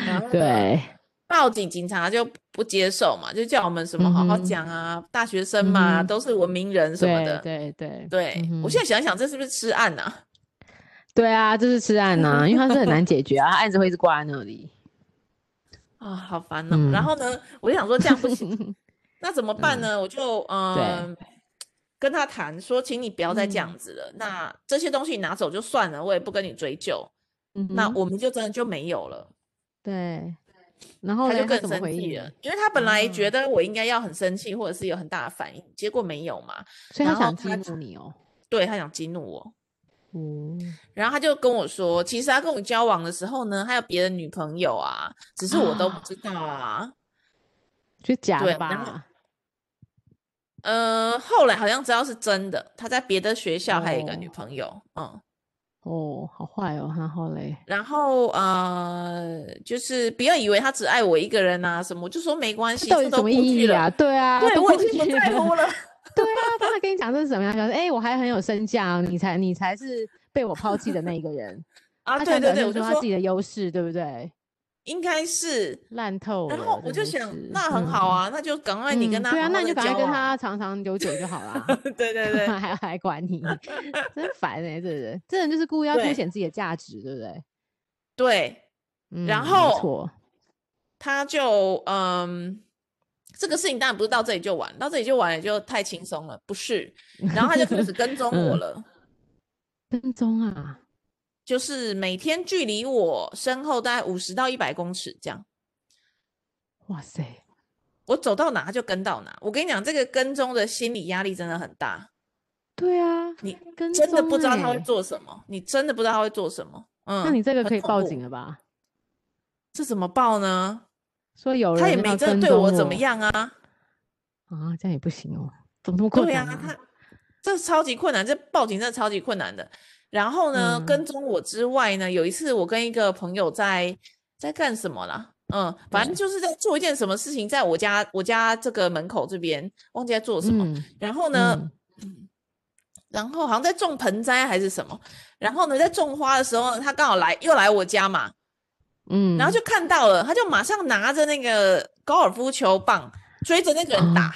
[SPEAKER 2] 然后呢，
[SPEAKER 1] 对，
[SPEAKER 2] 报警，警察就不接受嘛，就叫我们什么好好
[SPEAKER 1] 嗯哼
[SPEAKER 2] 讲啊，大学生
[SPEAKER 1] 嗯
[SPEAKER 2] 嘛，
[SPEAKER 1] 哼
[SPEAKER 2] 都是文明人什么
[SPEAKER 1] 对
[SPEAKER 2] 的。
[SPEAKER 1] 对对
[SPEAKER 2] 对
[SPEAKER 1] 嗯
[SPEAKER 2] 我
[SPEAKER 1] 哼
[SPEAKER 2] 现在想想，这是不是吃案啊呐、
[SPEAKER 1] 对啊，这是吃案呐，因为他是很难解决啊，他案子会一直挂在那里。
[SPEAKER 2] 啊、好烦哦、然
[SPEAKER 1] 嗯
[SPEAKER 2] 后呢，我就想说这样不 行，那怎么办呢？我就嗯、
[SPEAKER 1] 对
[SPEAKER 2] 呃跟他谈说，请你不要再这样
[SPEAKER 1] 嗯
[SPEAKER 2] 子了。那这些东西拿走就算了，我也不跟你追究。
[SPEAKER 1] 嗯
[SPEAKER 2] 那
[SPEAKER 1] 哼
[SPEAKER 2] 我们就真的就没有了。
[SPEAKER 1] 对，然后
[SPEAKER 2] 他就
[SPEAKER 1] 哦嘞他
[SPEAKER 2] 更
[SPEAKER 1] 怎么
[SPEAKER 2] 生
[SPEAKER 1] 回
[SPEAKER 2] 气
[SPEAKER 1] 应
[SPEAKER 2] 了
[SPEAKER 1] 你？，
[SPEAKER 2] 因为他本来觉
[SPEAKER 1] 啊
[SPEAKER 2] 得我应该要很生气，或者是有很大的反应，结果没有嘛。
[SPEAKER 1] 所以他
[SPEAKER 2] 然后
[SPEAKER 1] 想激
[SPEAKER 2] 他
[SPEAKER 1] 怒你哦。
[SPEAKER 2] 对他想激怒我，
[SPEAKER 1] 哦，
[SPEAKER 2] 然后他就跟我说，其实他跟我交往的时候呢，他有别的女朋友啊，只是我都不知道啊。
[SPEAKER 1] 就假
[SPEAKER 2] 对
[SPEAKER 1] 的
[SPEAKER 2] 然后
[SPEAKER 1] 吧？
[SPEAKER 2] 呃，后来好像知道是真的，他在别的学校还有一个女
[SPEAKER 1] 哦
[SPEAKER 2] 朋友，嗯，
[SPEAKER 1] 哦，好坏哦，然后嘞，
[SPEAKER 2] 然后呃，就是不要以为他只爱我一个人啊什么，我就说没关系，
[SPEAKER 1] 这到底什
[SPEAKER 2] 这都
[SPEAKER 1] 么
[SPEAKER 2] 过
[SPEAKER 1] 意
[SPEAKER 2] 去
[SPEAKER 1] 义
[SPEAKER 2] 了，
[SPEAKER 1] 啊？对啊，
[SPEAKER 2] 对
[SPEAKER 1] 都
[SPEAKER 2] 我
[SPEAKER 1] 过
[SPEAKER 2] 已经不
[SPEAKER 1] 去
[SPEAKER 2] 在
[SPEAKER 1] 了
[SPEAKER 2] 乎 了。
[SPEAKER 1] 对啊，当他跟你讲这是什么样，想说哎、我还很有身价、哦，你才你才是被我抛弃的那一个人。
[SPEAKER 2] 啊，
[SPEAKER 1] 他
[SPEAKER 2] 对
[SPEAKER 1] 想
[SPEAKER 2] 对
[SPEAKER 1] 表
[SPEAKER 2] 对，
[SPEAKER 1] 现
[SPEAKER 2] 我
[SPEAKER 1] 出
[SPEAKER 2] 就
[SPEAKER 1] 他自己
[SPEAKER 2] 说
[SPEAKER 1] 的优势，对不对？
[SPEAKER 2] 应该是。
[SPEAKER 1] 烂透了。
[SPEAKER 2] 然后我
[SPEAKER 1] 真
[SPEAKER 2] 就
[SPEAKER 1] 的
[SPEAKER 2] 想
[SPEAKER 1] 是，
[SPEAKER 2] 那很好。啊，那就赶快
[SPEAKER 1] 嗯
[SPEAKER 2] 你
[SPEAKER 1] 嗯
[SPEAKER 2] 跟他
[SPEAKER 1] 对啊，
[SPEAKER 2] 好
[SPEAKER 1] 那
[SPEAKER 2] 好
[SPEAKER 1] 你就
[SPEAKER 2] 地
[SPEAKER 1] 赶快
[SPEAKER 2] 交
[SPEAKER 1] 跟
[SPEAKER 2] 往
[SPEAKER 1] 他长长久久就好啦。
[SPEAKER 2] 对 对 对
[SPEAKER 1] 干嘛还要来管 你？真烦哎、欸，这人，这人就是故意要凸
[SPEAKER 2] 对
[SPEAKER 1] 显自己的价值，对不对？
[SPEAKER 2] 对，
[SPEAKER 1] 嗯，没
[SPEAKER 2] 后
[SPEAKER 1] 错，
[SPEAKER 2] 他就嗯，这个事情当然不是到这里就完，到这里就完了就太轻松了，不是？然后他就开始跟踪我
[SPEAKER 1] 嗯
[SPEAKER 2] 了，
[SPEAKER 1] 跟踪啊，
[SPEAKER 2] 就是每天距离我身后大概五十到一百公尺这样，
[SPEAKER 1] 哇塞，
[SPEAKER 2] 我走到哪他就跟到哪。我跟你讲，这个跟踪的心理压力真的很大，
[SPEAKER 1] 对啊，
[SPEAKER 2] 你
[SPEAKER 1] 跟
[SPEAKER 2] 真的不知道他
[SPEAKER 1] 他
[SPEAKER 2] 会。做什么，你真的不知道他会做什么。嗯，
[SPEAKER 1] 那你这个
[SPEAKER 2] 很
[SPEAKER 1] 可以
[SPEAKER 2] 恐
[SPEAKER 1] 报
[SPEAKER 2] 怖
[SPEAKER 1] 警了啊吧？
[SPEAKER 2] 这怎么报呢？
[SPEAKER 1] 说有人
[SPEAKER 2] 他也
[SPEAKER 1] 要
[SPEAKER 2] 没真
[SPEAKER 1] 跟
[SPEAKER 2] 的对我
[SPEAKER 1] 踪
[SPEAKER 2] 怎么样啊？
[SPEAKER 1] 啊，这样也不行哦，怎么那么困
[SPEAKER 2] 对
[SPEAKER 1] 难
[SPEAKER 2] 啊，他这超级困难，这报警真的超级困难的。然后呢，
[SPEAKER 1] 嗯
[SPEAKER 2] 跟踪我之外呢，有一次我跟一个朋友在在干什么啦？嗯，反正就是在做一件什么事情，在我家我家这个门口这边，忘记在做什么。
[SPEAKER 1] 嗯
[SPEAKER 2] 然后呢，
[SPEAKER 1] 嗯
[SPEAKER 2] 然后好像在种盆栽还是什么。然后呢，在种花的时候呢，他刚好来又来我家嘛，
[SPEAKER 1] 嗯，
[SPEAKER 2] 然后就看到了，他就马上拿着那个高尔夫球棒追着那个人打。
[SPEAKER 1] 哦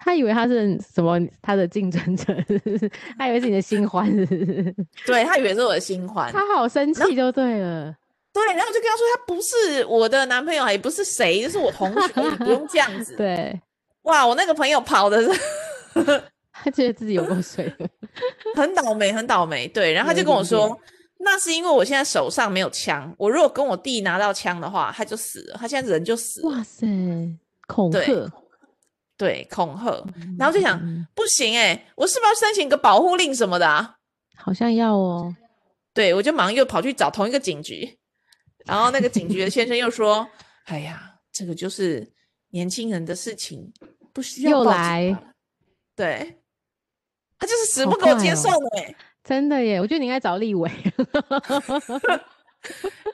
[SPEAKER 1] 他以为他是什么他的竞争者，是不是他以为是你的新欢，是不是
[SPEAKER 2] 对他以为是我的新欢，
[SPEAKER 1] 他好生气就对了。
[SPEAKER 2] 对，然后我就跟他说，他不是我的男朋友，也不是谁，就是我同 学，你不用这样子。
[SPEAKER 1] 对，
[SPEAKER 2] 哇，我那个朋友跑的是
[SPEAKER 1] 他觉得自己有够水的。
[SPEAKER 2] 很倒霉，很倒霉。对，然后他
[SPEAKER 1] 有
[SPEAKER 2] 就跟我
[SPEAKER 1] 一点点
[SPEAKER 2] 说，那是因为我现在手上没有枪，我如果跟我弟拿到枪的话，他就死了，他现在人就死了。
[SPEAKER 1] 哇塞，恐
[SPEAKER 2] 对
[SPEAKER 1] 吓。
[SPEAKER 2] 对，恐吓，然后就想
[SPEAKER 1] 嗯
[SPEAKER 2] 不行哎、我是不是要申请一个保护令什么的啊？
[SPEAKER 1] 好像要哦。
[SPEAKER 2] 对，我就马上又跑去找同一个警局，然后那个警局的先生又说：“ 哎呀，这个就是年轻人的事情，不需要
[SPEAKER 1] 又
[SPEAKER 2] 报警
[SPEAKER 1] 来
[SPEAKER 2] 吧对，他就是死
[SPEAKER 1] 好
[SPEAKER 2] 不给我接
[SPEAKER 1] 快哦
[SPEAKER 2] 受的欸、
[SPEAKER 1] 真的耶，我觉得你应该找立 伟。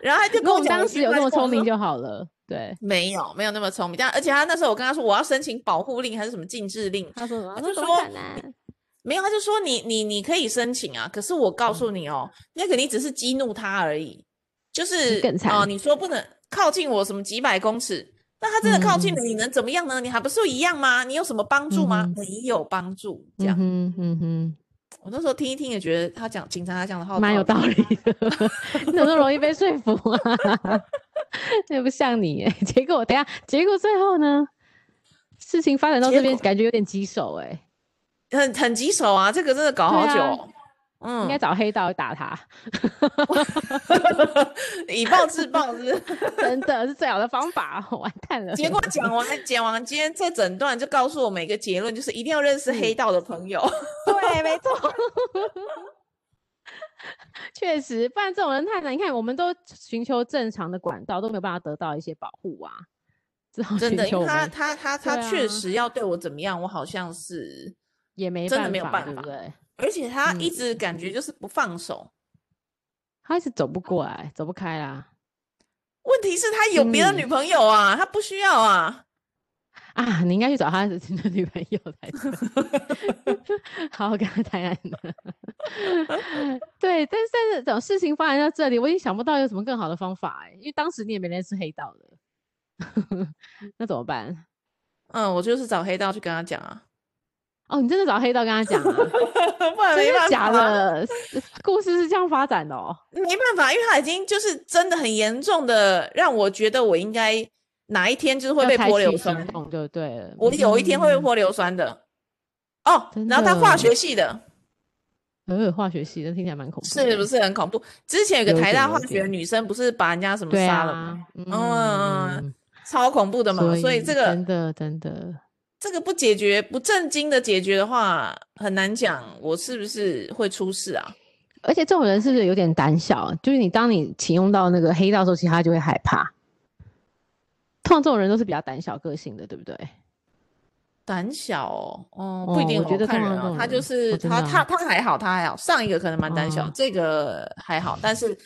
[SPEAKER 2] 然 后他就
[SPEAKER 1] 如
[SPEAKER 2] 跟
[SPEAKER 1] 果
[SPEAKER 2] 我
[SPEAKER 1] 你
[SPEAKER 2] 讲，
[SPEAKER 1] 当时有那么聪明
[SPEAKER 2] 就
[SPEAKER 1] 就好了。对，
[SPEAKER 2] 没有没有那么聪明，但而且他那时候我跟他说我要申请保护令还是什么啊禁制令，
[SPEAKER 1] 他说什么？
[SPEAKER 2] 他
[SPEAKER 1] 那
[SPEAKER 2] 就
[SPEAKER 1] 怎么
[SPEAKER 2] 说
[SPEAKER 1] 可能？
[SPEAKER 2] 没有，他就说你你你可以申请啊，可是我告
[SPEAKER 1] 嗯
[SPEAKER 2] 诉你哦，那个你只是激怒他而已，就是
[SPEAKER 1] 更
[SPEAKER 2] 哦、
[SPEAKER 1] 惨
[SPEAKER 2] 你说不能靠近我什么几百公尺，那他真的靠近了，你能怎么样呢？你还不是一样吗？你有什么帮助吗？
[SPEAKER 1] 嗯哼
[SPEAKER 2] 没有帮助。这
[SPEAKER 1] 嗯
[SPEAKER 2] 样，
[SPEAKER 1] 哼嗯哼。
[SPEAKER 2] 我那时候听一听也觉得他讲警察他讲的好
[SPEAKER 1] 蛮有道
[SPEAKER 2] 理。
[SPEAKER 1] 理 的，你怎么那么容易被说服啊？ 这不像你耶。 结果等一下，结果最后呢，事情发展到
[SPEAKER 2] 结
[SPEAKER 1] 这边，
[SPEAKER 2] 果
[SPEAKER 1] 感觉有点棘手哎，
[SPEAKER 2] 很很棘手啊，这个真的搞
[SPEAKER 1] 对
[SPEAKER 2] 好久
[SPEAKER 1] 啊
[SPEAKER 2] 哦、
[SPEAKER 1] 应该
[SPEAKER 2] 嗯，
[SPEAKER 1] 找黑道打他，
[SPEAKER 2] 以暴制暴是不是？
[SPEAKER 1] 真的是最好的方法。 完蛋了，
[SPEAKER 2] 结果讲完讲完，今天这整段就告诉我们一个结论，就是一定要认识黑道的朋友。
[SPEAKER 1] 嗯对， 没错。确实，不然这种人太难。你看，我们都寻求正常的管道，都没有办法得到一些保护啊，只 好
[SPEAKER 2] 真
[SPEAKER 1] 寻
[SPEAKER 2] 的，因
[SPEAKER 1] 求
[SPEAKER 2] 为
[SPEAKER 1] 我
[SPEAKER 2] 他
[SPEAKER 1] 们
[SPEAKER 2] 他他他
[SPEAKER 1] 对
[SPEAKER 2] 确
[SPEAKER 1] 啊
[SPEAKER 2] 实要对我怎么样，我好像是，
[SPEAKER 1] 也没
[SPEAKER 2] 真的
[SPEAKER 1] 办
[SPEAKER 2] 没有
[SPEAKER 1] 法，
[SPEAKER 2] 办
[SPEAKER 1] 对不
[SPEAKER 2] 法
[SPEAKER 1] 对？
[SPEAKER 2] 而且他一
[SPEAKER 1] 嗯
[SPEAKER 2] 直感觉就是不放手。
[SPEAKER 1] 他是走不过来，走不开啦。
[SPEAKER 2] 问题是，他有别的
[SPEAKER 1] 心
[SPEAKER 2] 女
[SPEAKER 1] 理
[SPEAKER 2] 朋友啊，他不需要啊。
[SPEAKER 1] 啊，你应该去找他的的女朋友才 对，好好跟他谈谈的。 对，但是但是等事情发展到这里，我已经想不到有什么更好的方法哎、因为当时你也没认识黑道的， 那怎么办？
[SPEAKER 2] 嗯，我就是找黑道去跟他讲啊，
[SPEAKER 1] 哦，你真的找黑道跟他讲啊？
[SPEAKER 2] 不然没
[SPEAKER 1] 真
[SPEAKER 2] 办
[SPEAKER 1] 的
[SPEAKER 2] 法啊，
[SPEAKER 1] 假的？是故事是这样发展的哦。
[SPEAKER 2] 没办法，因为他已经就是真的很严重的让我觉得我应该哪一天就是会
[SPEAKER 1] 要
[SPEAKER 2] 被
[SPEAKER 1] 采
[SPEAKER 2] 泼
[SPEAKER 1] 取
[SPEAKER 2] 硫
[SPEAKER 1] 行
[SPEAKER 2] 酸，
[SPEAKER 1] 动就对了。
[SPEAKER 2] 我有一天会被
[SPEAKER 1] 嗯
[SPEAKER 2] 泼硫酸的。哦
[SPEAKER 1] 真，
[SPEAKER 2] 然后他化
[SPEAKER 1] 的
[SPEAKER 2] 学系的，
[SPEAKER 1] 呃，化学系的听起来蛮恐怖的欸。
[SPEAKER 2] 是不是很恐怖？之前有
[SPEAKER 1] 有
[SPEAKER 2] 个
[SPEAKER 1] 一
[SPEAKER 2] 台
[SPEAKER 1] 点
[SPEAKER 2] 大
[SPEAKER 1] 有
[SPEAKER 2] 化
[SPEAKER 1] 一
[SPEAKER 2] 学的
[SPEAKER 1] 点
[SPEAKER 2] 女生不是把人家什么
[SPEAKER 1] 对
[SPEAKER 2] 杀了吗？
[SPEAKER 1] 啊，嗯
[SPEAKER 2] 嗯超恐怖的嘛，所以这个
[SPEAKER 1] 真的真的
[SPEAKER 2] 这个不解决、不正经的解决的话，很难讲我是不是会出事啊？
[SPEAKER 1] 而且这种人是不是有点胆小？就是你当你启用到那个黑道的时候，其实他就会害怕。通常这种人都是比较胆小个性的，对不对？
[SPEAKER 2] 胆小哦，哦，不一
[SPEAKER 1] 哦
[SPEAKER 2] 定
[SPEAKER 1] 我
[SPEAKER 2] 哦，
[SPEAKER 1] 觉得
[SPEAKER 2] 看
[SPEAKER 1] 通
[SPEAKER 2] 人
[SPEAKER 1] 常
[SPEAKER 2] 哦。
[SPEAKER 1] 都
[SPEAKER 2] 他就
[SPEAKER 1] 有
[SPEAKER 2] 是
[SPEAKER 1] 哦真
[SPEAKER 2] 他
[SPEAKER 1] 的啊
[SPEAKER 2] 他他还好，他还好。上一个可能蛮胆小，
[SPEAKER 1] 哦
[SPEAKER 2] 这个还好，但是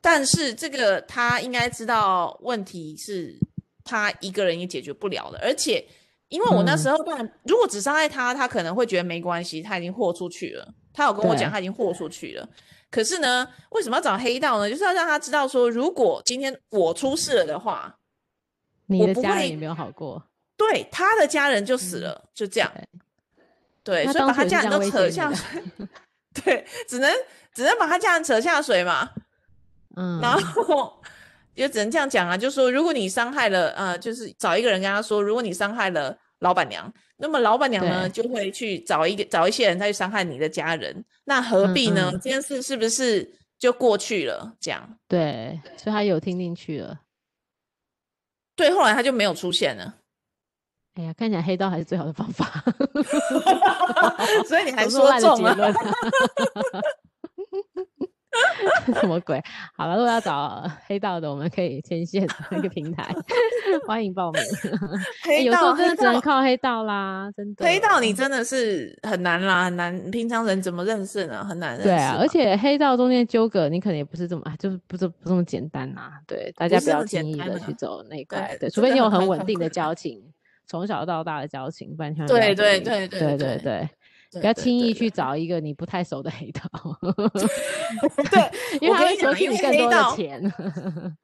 [SPEAKER 2] 但是这个他应该知道问题是他一个人也解决不了的，而且因为我那
[SPEAKER 1] 嗯
[SPEAKER 2] 时候当然，如果只伤害他，他可能会觉得没关系，他已经豁出去了。他有跟我讲，
[SPEAKER 1] 对
[SPEAKER 2] 他已经豁出去了。可是呢，为什么要找黑道呢？就是要让他知道说，如果今天我出事了的话，
[SPEAKER 1] 你
[SPEAKER 2] 我
[SPEAKER 1] 的
[SPEAKER 2] 不
[SPEAKER 1] 家
[SPEAKER 2] 会
[SPEAKER 1] 人也没有好过，
[SPEAKER 2] 对，他的家人就死
[SPEAKER 1] 嗯
[SPEAKER 2] 了，就这样。对，
[SPEAKER 1] 那
[SPEAKER 2] 所以把
[SPEAKER 1] 当
[SPEAKER 2] 他
[SPEAKER 1] 初也是
[SPEAKER 2] 家人
[SPEAKER 1] 这样
[SPEAKER 2] 都
[SPEAKER 1] 威
[SPEAKER 2] 扯
[SPEAKER 1] 胁
[SPEAKER 2] 下
[SPEAKER 1] 你的
[SPEAKER 2] 水， 对，只能只能把他家人扯下水嘛。
[SPEAKER 1] 嗯，
[SPEAKER 2] 然后也只能这样讲啊，就说如果你伤害了，呃，就是找一个人跟他说，如果你伤害了老板娘，那么老板娘呢就会去找一个找一些人再去伤害你的家人，那何
[SPEAKER 1] 嗯
[SPEAKER 2] 必呢？
[SPEAKER 1] 嗯
[SPEAKER 2] 这件事是不是就过去了？这样
[SPEAKER 1] 对，所以他有听进去了。
[SPEAKER 2] 对，后来他就没有出现了，
[SPEAKER 1] 哎呀，看起来黑道还是最好的方法。
[SPEAKER 2] 所以你还
[SPEAKER 1] 总是
[SPEAKER 2] 说
[SPEAKER 1] 烂的
[SPEAKER 2] 中
[SPEAKER 1] 结
[SPEAKER 2] 了。
[SPEAKER 1] 论什么鬼？好了，如果要找黑道的，我们可以牵线那个平台， 欢迎报名。哎
[SPEAKER 2] 黑
[SPEAKER 1] 有时
[SPEAKER 2] 道，
[SPEAKER 1] 候真
[SPEAKER 2] 黑
[SPEAKER 1] 的只能
[SPEAKER 2] 道，
[SPEAKER 1] 靠黑道啦，真的。
[SPEAKER 2] 黑道，你真的是很难啦，很难。平常人怎么认识呢？很难认识
[SPEAKER 1] 对
[SPEAKER 2] 嘛。
[SPEAKER 1] 啊，而且黑道中间纠葛，你可能也不是这么，啊，就是不是不这么简单呐、对，大
[SPEAKER 2] 不
[SPEAKER 1] 家
[SPEAKER 2] 是
[SPEAKER 1] 不
[SPEAKER 2] 那
[SPEAKER 1] 要
[SPEAKER 2] 么简
[SPEAKER 1] 轻易
[SPEAKER 2] 单
[SPEAKER 1] 的
[SPEAKER 2] 啊
[SPEAKER 1] 去走那一块
[SPEAKER 2] 对，
[SPEAKER 1] 对，除
[SPEAKER 2] 真
[SPEAKER 1] 非
[SPEAKER 2] 的
[SPEAKER 1] 你有
[SPEAKER 2] 很
[SPEAKER 1] 很
[SPEAKER 2] 蛮
[SPEAKER 1] 稳
[SPEAKER 2] 痛
[SPEAKER 1] 定的
[SPEAKER 2] 苦的
[SPEAKER 1] 交情，从小到大的交情，不然千万不
[SPEAKER 2] 对
[SPEAKER 1] 要轻
[SPEAKER 2] 对
[SPEAKER 1] 易对
[SPEAKER 2] 对对
[SPEAKER 1] 对
[SPEAKER 2] 对
[SPEAKER 1] 对，
[SPEAKER 2] 对
[SPEAKER 1] 不要
[SPEAKER 2] 对
[SPEAKER 1] 轻
[SPEAKER 2] 对
[SPEAKER 1] 易
[SPEAKER 2] 对
[SPEAKER 1] 去找一个你不太熟的黑道，
[SPEAKER 2] 对，
[SPEAKER 1] 因为
[SPEAKER 2] 我
[SPEAKER 1] 他
[SPEAKER 2] 跟
[SPEAKER 1] 会
[SPEAKER 2] 你
[SPEAKER 1] 索
[SPEAKER 2] 讲，
[SPEAKER 1] 取
[SPEAKER 2] 因
[SPEAKER 1] 你
[SPEAKER 2] 为
[SPEAKER 1] 更
[SPEAKER 2] 黑
[SPEAKER 1] 多的
[SPEAKER 2] 道，
[SPEAKER 1] 钱。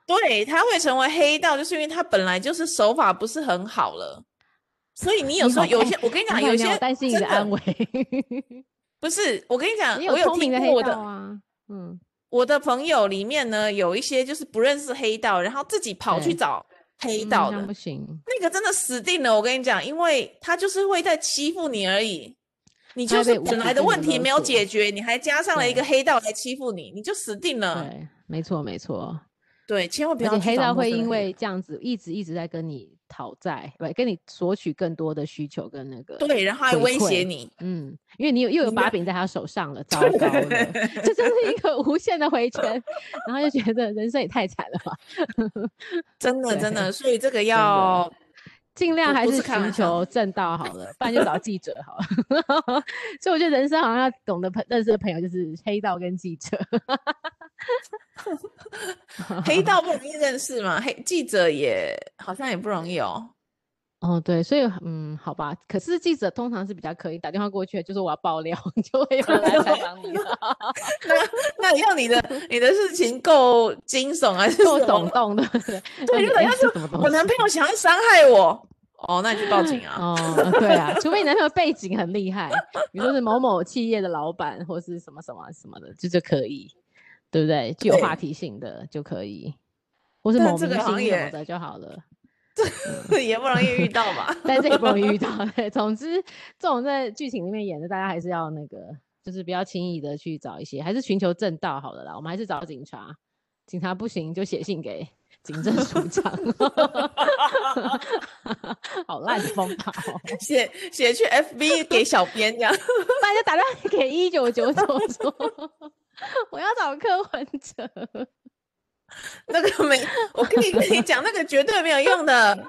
[SPEAKER 2] 对，他会成为黑道，就是因为他本来就是手法不是很好了，所以你有
[SPEAKER 1] 你
[SPEAKER 2] 时候
[SPEAKER 1] 好
[SPEAKER 2] 有
[SPEAKER 1] 哎
[SPEAKER 2] 些，我 跟你讲，
[SPEAKER 1] 老
[SPEAKER 2] 有
[SPEAKER 1] 板娘
[SPEAKER 2] 些
[SPEAKER 1] 我担心你
[SPEAKER 2] 真
[SPEAKER 1] 的安 危。
[SPEAKER 2] 不是，我跟你讲，
[SPEAKER 1] 也有
[SPEAKER 2] 我有
[SPEAKER 1] 聪
[SPEAKER 2] 听
[SPEAKER 1] 明的
[SPEAKER 2] 过
[SPEAKER 1] 黑
[SPEAKER 2] 我
[SPEAKER 1] 道
[SPEAKER 2] 的
[SPEAKER 1] 啊，嗯，
[SPEAKER 2] 我的朋友里面呢，有一些就是不认识黑道，然后自己跑
[SPEAKER 1] 对
[SPEAKER 2] 去找黑
[SPEAKER 1] 嗯
[SPEAKER 2] 道
[SPEAKER 1] 这
[SPEAKER 2] 的
[SPEAKER 1] 样，不行，
[SPEAKER 2] 那个真的死定了，我跟你讲，因为他就是会在欺负你而已。你
[SPEAKER 1] 他
[SPEAKER 2] 就
[SPEAKER 1] 会
[SPEAKER 2] 是
[SPEAKER 1] 被无
[SPEAKER 2] 本
[SPEAKER 1] 止
[SPEAKER 2] 来的
[SPEAKER 1] 境地
[SPEAKER 2] 问题
[SPEAKER 1] 勒
[SPEAKER 2] 没有
[SPEAKER 1] 索
[SPEAKER 2] 解决，你还加上了一个
[SPEAKER 1] 对
[SPEAKER 2] 黑道来欺负你，你就死定了。
[SPEAKER 1] 对，没错没错。
[SPEAKER 2] 嗯对，千万
[SPEAKER 1] 而
[SPEAKER 2] 不要
[SPEAKER 1] 且
[SPEAKER 2] 去
[SPEAKER 1] 黑
[SPEAKER 2] 找
[SPEAKER 1] 道
[SPEAKER 2] 陌
[SPEAKER 1] 会
[SPEAKER 2] 生的
[SPEAKER 1] 因
[SPEAKER 2] 黑
[SPEAKER 1] 为这样子一直一直在跟你讨债，不跟你索取更多的需求跟那个，
[SPEAKER 2] 对，然后还
[SPEAKER 1] 回
[SPEAKER 2] 威胁
[SPEAKER 1] 馈
[SPEAKER 2] 你，
[SPEAKER 1] 嗯，因为你有又有
[SPEAKER 2] 你
[SPEAKER 1] 把
[SPEAKER 2] 的
[SPEAKER 1] 柄在他手上 了，糟糕了，这真是一个无限的回圈，然后就觉得人生也太惨了吧，
[SPEAKER 2] 真的真
[SPEAKER 1] 对
[SPEAKER 2] 的，所以这个
[SPEAKER 1] 的
[SPEAKER 2] 要
[SPEAKER 1] 尽量
[SPEAKER 2] 不
[SPEAKER 1] 还
[SPEAKER 2] 不
[SPEAKER 1] 是
[SPEAKER 2] 是开玩
[SPEAKER 1] 寻
[SPEAKER 2] 笑
[SPEAKER 1] 求正道好了，不然就找记者好了。 所以我觉得人生好像要懂得朋认识的朋友就是黑道跟记者，
[SPEAKER 2] 黑道不容易认识嘛，黑记者也好像也不容易哦。
[SPEAKER 1] 哦，对，所以嗯，好吧，可是记者通常是比较可以打电话过去，就说我要爆料， 就会有人来采访你了，
[SPEAKER 2] 那要 你的你的事情够惊悚还是
[SPEAKER 1] 够
[SPEAKER 2] 什
[SPEAKER 1] 耸
[SPEAKER 2] 么
[SPEAKER 1] 动的。
[SPEAKER 2] 对
[SPEAKER 1] 你
[SPEAKER 2] 如果
[SPEAKER 1] 哎
[SPEAKER 2] 要
[SPEAKER 1] 是
[SPEAKER 2] 是
[SPEAKER 1] 什么东
[SPEAKER 2] 我男
[SPEAKER 1] 西
[SPEAKER 2] 朋友想要伤害我，哦，那你去报警啊。
[SPEAKER 1] 哦，呃对啊，除非你男朋友背景很厉害，比如说是某某企业的老板或是什么什么什么的，这就可以，对不对？具有话题性的就可以，或是
[SPEAKER 2] 但
[SPEAKER 1] 某
[SPEAKER 2] 这
[SPEAKER 1] 明
[SPEAKER 2] 个
[SPEAKER 1] 星
[SPEAKER 2] 好像
[SPEAKER 1] 什
[SPEAKER 2] 也
[SPEAKER 1] 么的就好了。
[SPEAKER 2] 也不容易遇到吧？
[SPEAKER 1] 但这也不容易遇到。对，总之这种在剧情里面演的，大家还是要那个，就是不要轻易的去找一些，还是寻求正道好了啦。我们还是找警察，警察不行就写信给警政署长， 好烂的风法哦！
[SPEAKER 2] 写写去 FB 给小编 这样，
[SPEAKER 1] 不然就打电话给一九九九 说，我要找柯文哲。
[SPEAKER 2] 那个没，我跟你跟你讲，那个绝对没有 用的。